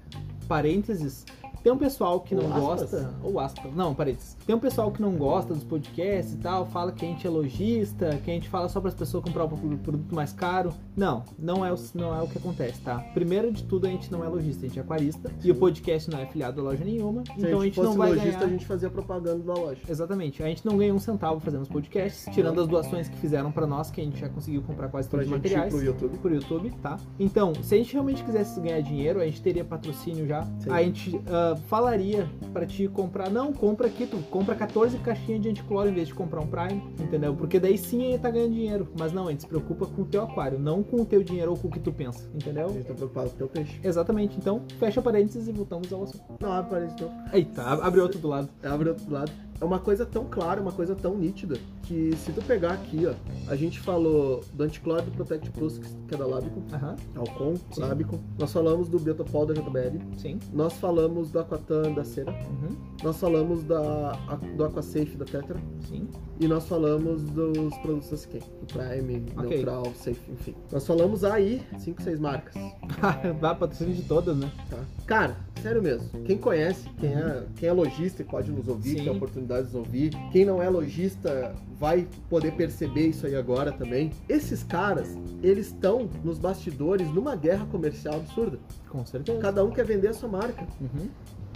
[SPEAKER 1] parênteses. Tem um pessoal que
[SPEAKER 2] Ou
[SPEAKER 1] não
[SPEAKER 2] aspas?
[SPEAKER 1] gosta, ou aspas, não, parênteses. Tem um pessoal que não gosta dos podcasts e tal, fala que a gente é lojista, que a gente fala só para as pessoas comprar o pro- produto mais caro. Não, não é, o, não é o que acontece, tá? Primeiro de tudo, a gente não é lojista, a gente é aquarista. E o podcast não é afiliado a loja nenhuma,
[SPEAKER 2] Se
[SPEAKER 1] então
[SPEAKER 2] a gente
[SPEAKER 1] não
[SPEAKER 2] fosse
[SPEAKER 1] vai
[SPEAKER 2] lojista,
[SPEAKER 1] ganhar...
[SPEAKER 2] a gente fazia propaganda da loja.
[SPEAKER 1] Exatamente. A gente não ganhou um centavo fazendo os podcasts, tirando as doações que fizeram pra nós, que a gente já conseguiu comprar quase
[SPEAKER 2] Pra
[SPEAKER 1] todos os
[SPEAKER 2] gente ir
[SPEAKER 1] materiais
[SPEAKER 2] pro YouTube.
[SPEAKER 1] por YouTube, tá? Então, se a gente realmente quisesse ganhar dinheiro, a gente teria patrocínio já.
[SPEAKER 2] Sim.
[SPEAKER 1] A gente ah, falaria pra te comprar, não, compra aqui, tu compra 14 caixinhas de anticloro em vez de comprar um Prime, entendeu? Porque daí sim ele tá ganhando dinheiro. Mas não, a gente se preocupa com o teu aquário, não com o teu dinheiro ou com o que tu pensa, entendeu?
[SPEAKER 2] A gente tá preocupado com o teu peixe.
[SPEAKER 1] Exatamente. Então, fecha parênteses e voltamos ao assunto.
[SPEAKER 2] Não, abre parênteses não.
[SPEAKER 1] Eita, abre outro do lado.
[SPEAKER 2] Abre outro lado. é uma coisa tão clara, uma coisa tão nítida, que se tu pegar aqui, ó, a gente falou do anticloro do Protect Plus, que é da Labicon,
[SPEAKER 1] Aham,
[SPEAKER 2] Alcon,
[SPEAKER 1] Sim.
[SPEAKER 2] Labicon, nós falamos do Biotopol da JBL,
[SPEAKER 1] sim.
[SPEAKER 2] nós falamos do Aquatan da Cera,
[SPEAKER 1] Uhum,
[SPEAKER 2] nós falamos da, a- do Aquasafe da Tetra,
[SPEAKER 1] sim.
[SPEAKER 2] e nós falamos dos produtos da Siquem, do Prime,
[SPEAKER 1] Ok.
[SPEAKER 2] Neutral, Safe, enfim. Nós falamos aí 5, 6 marcas.
[SPEAKER 1] Vai patrocínio de todas, né?
[SPEAKER 2] Tá. Cara, sério mesmo. Quem conhece, quem é, quem é lojista e pode nos ouvir,
[SPEAKER 1] Sim.
[SPEAKER 2] tem a oportunidade de nos ouvir. Quem não é lojista vai poder perceber isso aí agora também. Esses caras, eles estão nos bastidores numa guerra comercial absurda.
[SPEAKER 1] Com certeza.
[SPEAKER 2] Cada um quer vender a sua marca.
[SPEAKER 1] Uhum.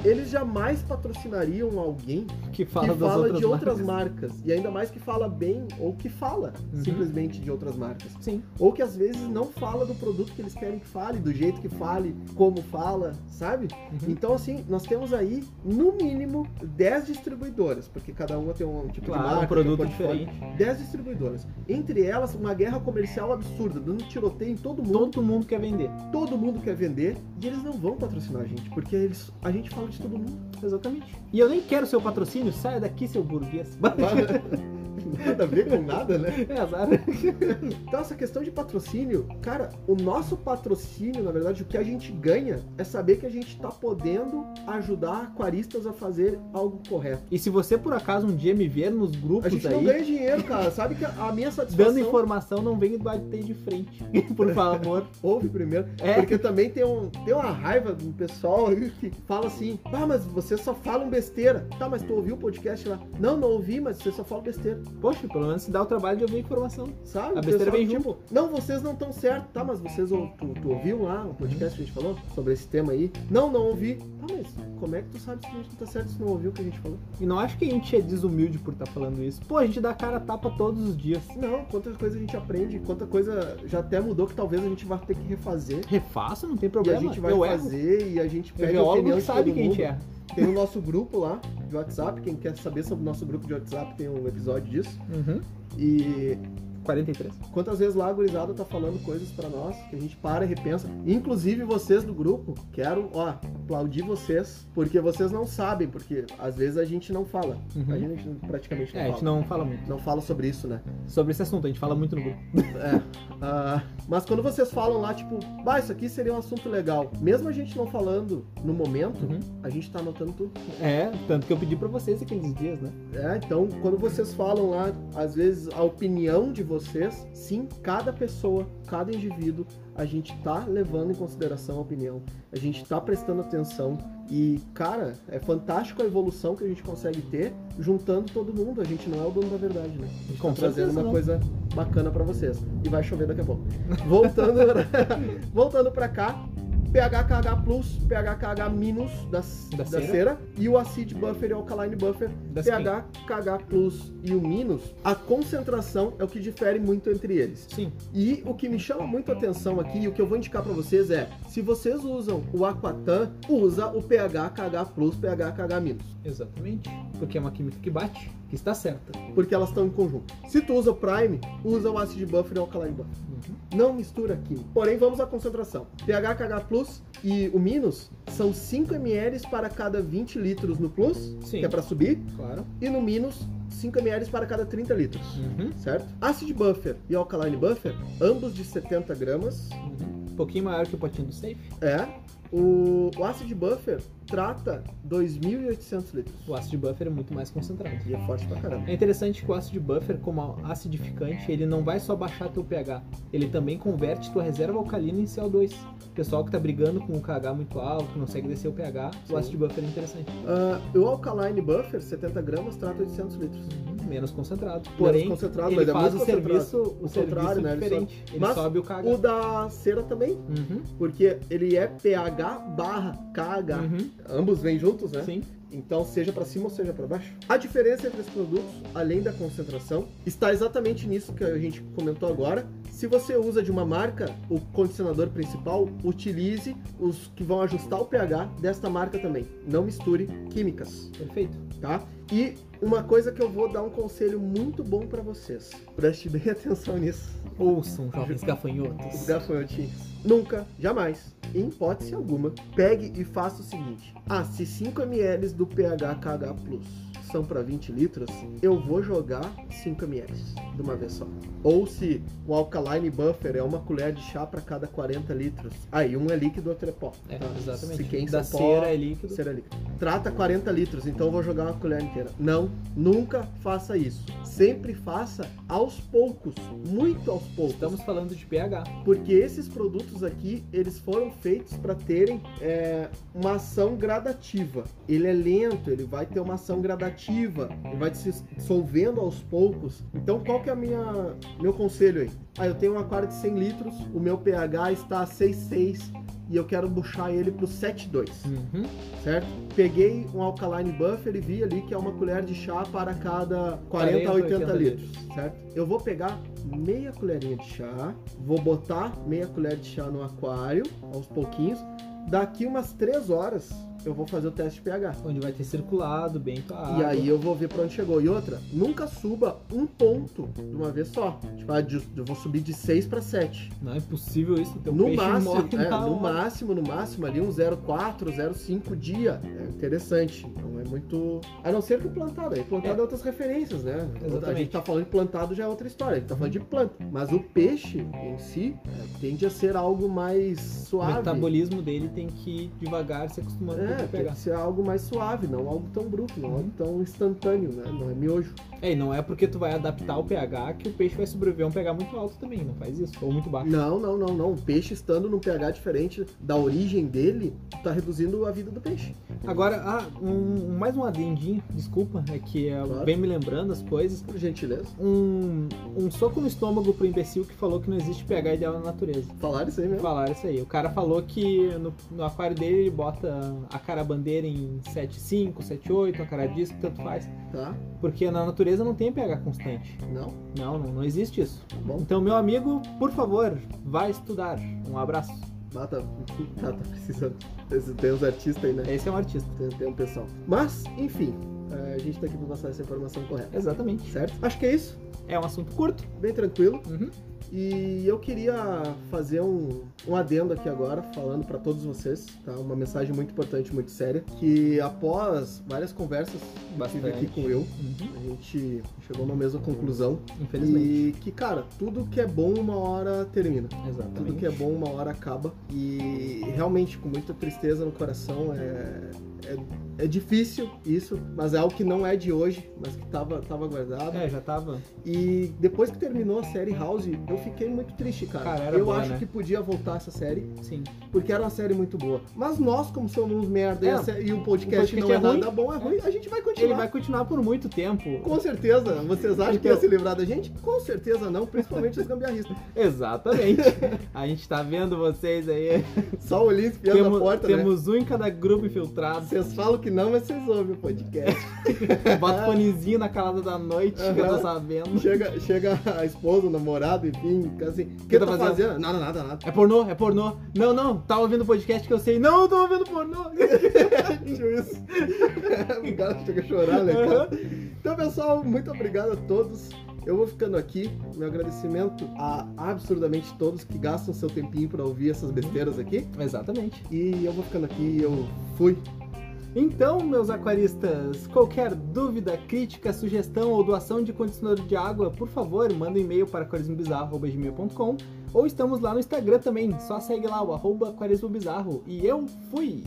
[SPEAKER 2] Eles jamais patrocinariam alguém
[SPEAKER 1] Que fala
[SPEAKER 2] que
[SPEAKER 1] das
[SPEAKER 2] fala
[SPEAKER 1] outras
[SPEAKER 2] de outras
[SPEAKER 1] marcas.
[SPEAKER 2] marcas. E ainda mais que fala bem ou que fala
[SPEAKER 1] Uhum.
[SPEAKER 2] simplesmente de outras marcas.
[SPEAKER 1] Sim.
[SPEAKER 2] Ou que às vezes não fala do produto que eles querem que fale, do jeito que fale, como fala, sabe?
[SPEAKER 1] Uhum.
[SPEAKER 2] Então, assim, nós temos aí, no mínimo, 10 distribuidoras, porque cada uma tem um tipo de
[SPEAKER 1] Claro,
[SPEAKER 2] marca,
[SPEAKER 1] um produto
[SPEAKER 2] tem portfólio.
[SPEAKER 1] diferente.
[SPEAKER 2] 10 distribuidoras. Entre elas, uma guerra comercial absurda, dando tiroteio em todo mundo,
[SPEAKER 1] Todo mundo quer vender.
[SPEAKER 2] todo mundo quer vender, e eles não vão patrocinar a gente, porque eles, a gente fala de todo mundo.
[SPEAKER 1] Exatamente. E eu nem quero seu patrocínio, saia daqui, seu burguês.
[SPEAKER 2] Nada a ver com nada, né?
[SPEAKER 1] É azar.
[SPEAKER 2] Então, essa questão de patrocínio, cara, o nosso patrocínio, na verdade, o que a gente ganha é saber que a gente tá podendo ajudar aquaristas a fazer algo correto.
[SPEAKER 1] E se você por acaso um dia me ver nos
[SPEAKER 2] A
[SPEAKER 1] grupos
[SPEAKER 2] gente não
[SPEAKER 1] aí,
[SPEAKER 2] ganha dinheiro, cara. Sabe que a a minha satisfação.
[SPEAKER 1] dando informação, não vem bater de frente. por favor.
[SPEAKER 2] Ouve primeiro.
[SPEAKER 1] É.
[SPEAKER 2] Porque também tem, um, tem uma raiva do pessoal aí que fala assim: ah, mas você só fala um besteira. Tá, mas tu ouviu o podcast lá? Não, não ouvi, mas você só fala besteira.
[SPEAKER 1] Poxa, pelo menos se dá o trabalho de ouvir a informação.
[SPEAKER 2] Sabe?
[SPEAKER 1] A
[SPEAKER 2] O
[SPEAKER 1] besteira
[SPEAKER 2] pessoal,
[SPEAKER 1] vem
[SPEAKER 2] tipo, não, vocês não estão certos. Tá, mas vocês ou- tu, tu ouviu lá o podcast que a gente falou sobre esse tema aí? Não, não ouvi. Tá, mas como é que tu sabe se a gente não tá certo se não ouviu o que a gente falou?
[SPEAKER 1] E não acho que a gente é desumilde por estar falando isso. Pô, a gente dá cara a tapa todos os dias.
[SPEAKER 2] Não, quantas coisas a gente aprende, quanta coisa já até mudou que talvez a gente vai ter que refazer.
[SPEAKER 1] Refaço, não tem
[SPEAKER 2] E a
[SPEAKER 1] problema.
[SPEAKER 2] gente vai
[SPEAKER 1] eu erro.
[SPEAKER 2] fazer e a gente
[SPEAKER 1] O
[SPEAKER 2] pede a opinião
[SPEAKER 1] geólogo
[SPEAKER 2] de
[SPEAKER 1] sabe
[SPEAKER 2] todo
[SPEAKER 1] que a gente é.
[SPEAKER 2] mundo.
[SPEAKER 1] erra.
[SPEAKER 2] Tem o nosso grupo lá de WhatsApp, quem quer saber sobre o nosso grupo de WhatsApp tem um episódio disso.
[SPEAKER 1] Uhum.
[SPEAKER 2] E
[SPEAKER 1] 43.
[SPEAKER 2] quantas vezes lá a gurizada tá falando coisas pra nós que a gente para e repensa. Inclusive vocês do grupo, quero, ó, aplaudir vocês, porque vocês não sabem, porque às vezes a gente não fala.
[SPEAKER 1] Uhum.
[SPEAKER 2] A gente não- praticamente não
[SPEAKER 1] É, a
[SPEAKER 2] fala.
[SPEAKER 1] gente não fala muito.
[SPEAKER 2] Não fala sobre isso, né?
[SPEAKER 1] Sobre esse assunto, a gente fala muito no grupo.
[SPEAKER 2] Ah, mas quando vocês falam lá, tipo, bah, isso aqui seria um assunto legal. Mesmo a gente não falando no momento,
[SPEAKER 1] Uhum.
[SPEAKER 2] a gente tá anotando tudo.
[SPEAKER 1] É, tanto que eu pedi pra vocês aqueles dias, né?
[SPEAKER 2] É, então, quando vocês falam lá, às vezes a opinião de vocês, sim, cada pessoa, cada indivíduo, a gente tá levando em consideração a opinião, a gente tá prestando atenção e, cara, é fantástico a evolução que a gente consegue ter juntando todo mundo. A gente não é o dono da verdade, né? A gente
[SPEAKER 1] Com
[SPEAKER 2] tá trazendo
[SPEAKER 1] certeza
[SPEAKER 2] uma
[SPEAKER 1] não.
[SPEAKER 2] coisa bacana pra vocês. E vai chover daqui a pouco. Voltando, voltando pra cá. PHKH Plus, PHKH Minus da,
[SPEAKER 1] Da
[SPEAKER 2] da
[SPEAKER 1] cera.
[SPEAKER 2] cera e o Acid Buffer e o Alkaline Buffer
[SPEAKER 1] Das
[SPEAKER 2] pH, KH plus e o minus, a concentração é o que difere muito entre eles.
[SPEAKER 1] Sim.
[SPEAKER 2] E o que me chama muito a atenção aqui, e o que eu vou indicar pra vocês é, se vocês usam o Aquatan, usa o pH, KH plus, pH, KH minus,
[SPEAKER 1] Exatamente. Porque é uma química que bate, que está certa.
[SPEAKER 2] porque elas estão em conjunto. Se tu usa o Prime, usa o Acid Buffer e o Alkaline Buffer. Não mistura aqui. Porém, vamos à concentração. pH, KH plus e o minus são 5 ml para cada 20 litros no plus,
[SPEAKER 1] Sim.
[SPEAKER 2] que é pra subir,
[SPEAKER 1] Claro.
[SPEAKER 2] e no minus 5 ml para cada 30 litros.
[SPEAKER 1] Uhum.
[SPEAKER 2] certo? Acid Buffer e Alkaline Buffer, ambos de 70 gramas.
[SPEAKER 1] Um pouquinho maior que o potinho do safe.
[SPEAKER 2] É. O, o Acid Buffer trata 2.800 litros.
[SPEAKER 1] O ácido buffer é muito mais concentrado.
[SPEAKER 2] E é forte pra caramba.
[SPEAKER 1] É interessante que o ácido buffer, como acidificante, ele não vai só baixar teu pH, ele também converte tua reserva alcalina em CO2. O pessoal que tá brigando com o KH muito alto, que não consegue descer o pH,
[SPEAKER 2] Sim.
[SPEAKER 1] o ácido buffer é interessante.
[SPEAKER 2] Ah, o Alkaline Buffer, 70 gramas, trata 800 litros.
[SPEAKER 1] Menos concentrado.
[SPEAKER 2] Uhum. Menos
[SPEAKER 1] Porém,
[SPEAKER 2] concentrado,
[SPEAKER 1] ele
[SPEAKER 2] mas é
[SPEAKER 1] faz
[SPEAKER 2] muito
[SPEAKER 1] o
[SPEAKER 2] concentrado.
[SPEAKER 1] serviço, o serviço
[SPEAKER 2] contrário, né? Ele
[SPEAKER 1] diferente. Ele
[SPEAKER 2] Mas
[SPEAKER 1] sobe o KH.
[SPEAKER 2] O da cera também,
[SPEAKER 1] Uhum,
[SPEAKER 2] porque ele é pH barra KH.
[SPEAKER 1] uhum,
[SPEAKER 2] Ambos vêm juntos, né?
[SPEAKER 1] Sim.
[SPEAKER 2] Então, seja para cima ou seja para baixo. A diferença entre os produtos, além da concentração, está exatamente nisso que a gente comentou agora. Se você usa de uma marca o condicionador principal, utilize os que vão ajustar o pH desta marca também. Não misture químicas,
[SPEAKER 1] Perfeito.
[SPEAKER 2] tá? E uma coisa que eu vou dar um conselho muito bom para vocês. Preste bem atenção nisso,
[SPEAKER 1] Ouçam, jovens gafanhotos.
[SPEAKER 2] os gafanhotinhos. Nunca, jamais, em Ah, hipótese alguma, pegue e faça o seguinte: asse 5 ml do pH KH+. são para 20 litros, eu vou jogar 5 ml de uma vez só. Ou se o alkaline buffer é uma colher de chá para cada 40 litros, aí um é líquido, outro é pó.
[SPEAKER 1] É,
[SPEAKER 2] Então,
[SPEAKER 1] exatamente.
[SPEAKER 2] Se quem
[SPEAKER 1] da
[SPEAKER 2] pó,
[SPEAKER 1] cera é líquido.
[SPEAKER 2] Cera líquida. Trata 40 litros, então eu vou jogar uma colher inteira. Não, nunca faça isso. Sempre faça aos poucos, muito aos poucos.
[SPEAKER 1] Estamos falando de pH.
[SPEAKER 2] Porque esses produtos aqui, eles foram feitos para terem é, uma ação gradativa. Ele é lento, ele vai ter uma ação gradativa, ele vai se dissolvendo aos poucos. Então, qual que é a minha meu conselho aí? Ah, eu tenho um aquário de 100 litros, o meu pH está a 6,6 e eu quero puxar ele para o 7,2
[SPEAKER 1] Uhum.
[SPEAKER 2] certo? Peguei um alkaline buffer e vi ali que é uma colher de chá para cada 40 a 80,
[SPEAKER 1] 80
[SPEAKER 2] litros, certo? Eu vou pegar meia colherinha de chá, vou botar meia colher de chá no aquário, aos pouquinhos. Daqui umas 3 horas eu vou fazer o teste de pH.
[SPEAKER 1] Onde vai ter circulado bem tua água.
[SPEAKER 2] E aí eu vou ver pra onde chegou. E outra, nunca suba um ponto de uma vez só. Tipo, ah, de- eu vou subir de 6 para 7.
[SPEAKER 1] Não é possível isso. Teu
[SPEAKER 2] No
[SPEAKER 1] peixe
[SPEAKER 2] máximo,
[SPEAKER 1] morre
[SPEAKER 2] é,
[SPEAKER 1] na
[SPEAKER 2] no
[SPEAKER 1] hora.
[SPEAKER 2] máximo, no máximo ali um 04, 05 dia. É interessante. Não é muito. A não ser que plantado. Aí plantado é,
[SPEAKER 1] É.
[SPEAKER 2] outras referências, né? A gente
[SPEAKER 1] Exatamente.
[SPEAKER 2] tá falando de plantado já é outra história. A gente tá falando de planta. Mas o peixe em si é, tende a ser algo mais
[SPEAKER 1] O
[SPEAKER 2] suave.
[SPEAKER 1] metabolismo dele tem que ir devagar se acostumando com
[SPEAKER 2] É,
[SPEAKER 1] o
[SPEAKER 2] tem que
[SPEAKER 1] pH.
[SPEAKER 2] ser algo mais suave, não algo tão bruto, não
[SPEAKER 1] Uhum.
[SPEAKER 2] algo tão instantâneo, né? Não é miojo.
[SPEAKER 1] É, e não é porque tu vai adaptar o pH que o peixe vai sobreviver a um pH muito alto também. Não faz isso. Ou muito baixo.
[SPEAKER 2] Não, não, não, não. O peixe estando num pH diferente da origem dele, tá reduzindo a vida do peixe.
[SPEAKER 1] Agora, ah, um- mais um adendinho, desculpa, é que é,
[SPEAKER 2] Claro.
[SPEAKER 1] vem me lembrando as coisas.
[SPEAKER 2] Por gentileza.
[SPEAKER 1] Um, um soco no estômago pro imbecil que falou que não existe pH ideal na natureza.
[SPEAKER 2] Falaram isso aí mesmo.
[SPEAKER 1] Falaram isso aí. O cara falou que no, no aquário dele ele bota a carabandeira em 7,5, 7,8, a cara disco, tanto faz.
[SPEAKER 2] Tá?
[SPEAKER 1] Porque na natureza não tem pH constante.
[SPEAKER 2] Não?
[SPEAKER 1] Não, não, não existe isso.
[SPEAKER 2] Tá bom.
[SPEAKER 1] Então, meu amigo, por favor, vá estudar. Um abraço.
[SPEAKER 2] Ah, tá. tá, tá precisando. Esse- Tem uns artistas aí, né?
[SPEAKER 1] Esse é um artista.
[SPEAKER 2] Tem, tem um pessoal. Mas, enfim, é, a gente tá aqui pra passar essa informação correta,
[SPEAKER 1] Exatamente.
[SPEAKER 2] certo? Acho que é isso.
[SPEAKER 1] É um assunto curto.
[SPEAKER 2] Bem tranquilo.
[SPEAKER 1] Uhum.
[SPEAKER 2] E eu queria fazer um, um adendo aqui agora, falando para todos vocês, tá? Uma mensagem muito importante, muito séria, que após várias conversas que tive aqui
[SPEAKER 1] Bastante.
[SPEAKER 2] com eu,
[SPEAKER 1] Uhum.
[SPEAKER 2] a gente chegou numa mesma conclusão.
[SPEAKER 1] Infelizmente.
[SPEAKER 2] E que, cara, tudo que é bom uma hora termina.
[SPEAKER 1] Exatamente.
[SPEAKER 2] Tudo que é bom uma hora acaba. E realmente, com muita tristeza no coração, é, é, é difícil isso, mas é algo que não é de hoje, mas que tava, tava guardado.
[SPEAKER 1] É, já tava.
[SPEAKER 2] E depois que terminou a série House, eu fiquei muito triste, cara.
[SPEAKER 1] Cara, era
[SPEAKER 2] eu
[SPEAKER 1] boa,
[SPEAKER 2] acho
[SPEAKER 1] né?
[SPEAKER 2] que podia voltar essa série,
[SPEAKER 1] Sim.
[SPEAKER 2] porque era uma série muito boa. Mas nós, como somos uns merda e
[SPEAKER 1] É.
[SPEAKER 2] a sé- e, o podcast
[SPEAKER 1] O podcast
[SPEAKER 2] não é,
[SPEAKER 1] é ruim.
[SPEAKER 2] nada bom, é ruim, a gente vai continuar.
[SPEAKER 1] Ele vai continuar por muito tempo.
[SPEAKER 2] Com certeza, vocês acham que ia
[SPEAKER 1] Então-
[SPEAKER 2] se livrar da gente? Com certeza não, principalmente os gambiarristas.
[SPEAKER 1] Exatamente. A gente tá vendo vocês aí.
[SPEAKER 2] Só o Ulisses piando
[SPEAKER 1] Temos,
[SPEAKER 2] na porta, né?
[SPEAKER 1] temos um em cada grupo infiltrado.
[SPEAKER 2] Vocês falam que não, mas vocês ouvem o podcast.
[SPEAKER 1] Bota o fonezinho na calada da noite, que eu
[SPEAKER 2] Aham.
[SPEAKER 1] tô sabendo.
[SPEAKER 2] chega, chega a esposa, o namorado, enfim, fica assim. O que
[SPEAKER 1] tá
[SPEAKER 2] tá fazendo?
[SPEAKER 1] fazendo?
[SPEAKER 2] Nada, nada, nada.
[SPEAKER 1] É pornô, é pornô. Não, não, tá ouvindo podcast que eu sei. Não, eu tô ouvindo pornô.
[SPEAKER 2] Tipo isso. o cara chega a chorar, né? cara? Então, pessoal, muito obrigado a todos. Eu vou ficando aqui. Meu agradecimento a absurdamente todos que gastam seu tempinho pra ouvir essas besteiras aqui.
[SPEAKER 1] Exatamente.
[SPEAKER 2] E eu vou ficando aqui. Eu fui.
[SPEAKER 1] Então, meus aquaristas, qualquer dúvida, crítica, sugestão ou doação de condicionador de água, por favor, manda um e-mail para aquarismobizarro.gmail.com ou estamos lá no Instagram também, só segue lá o arroba aquarismobizarro. E eu fui!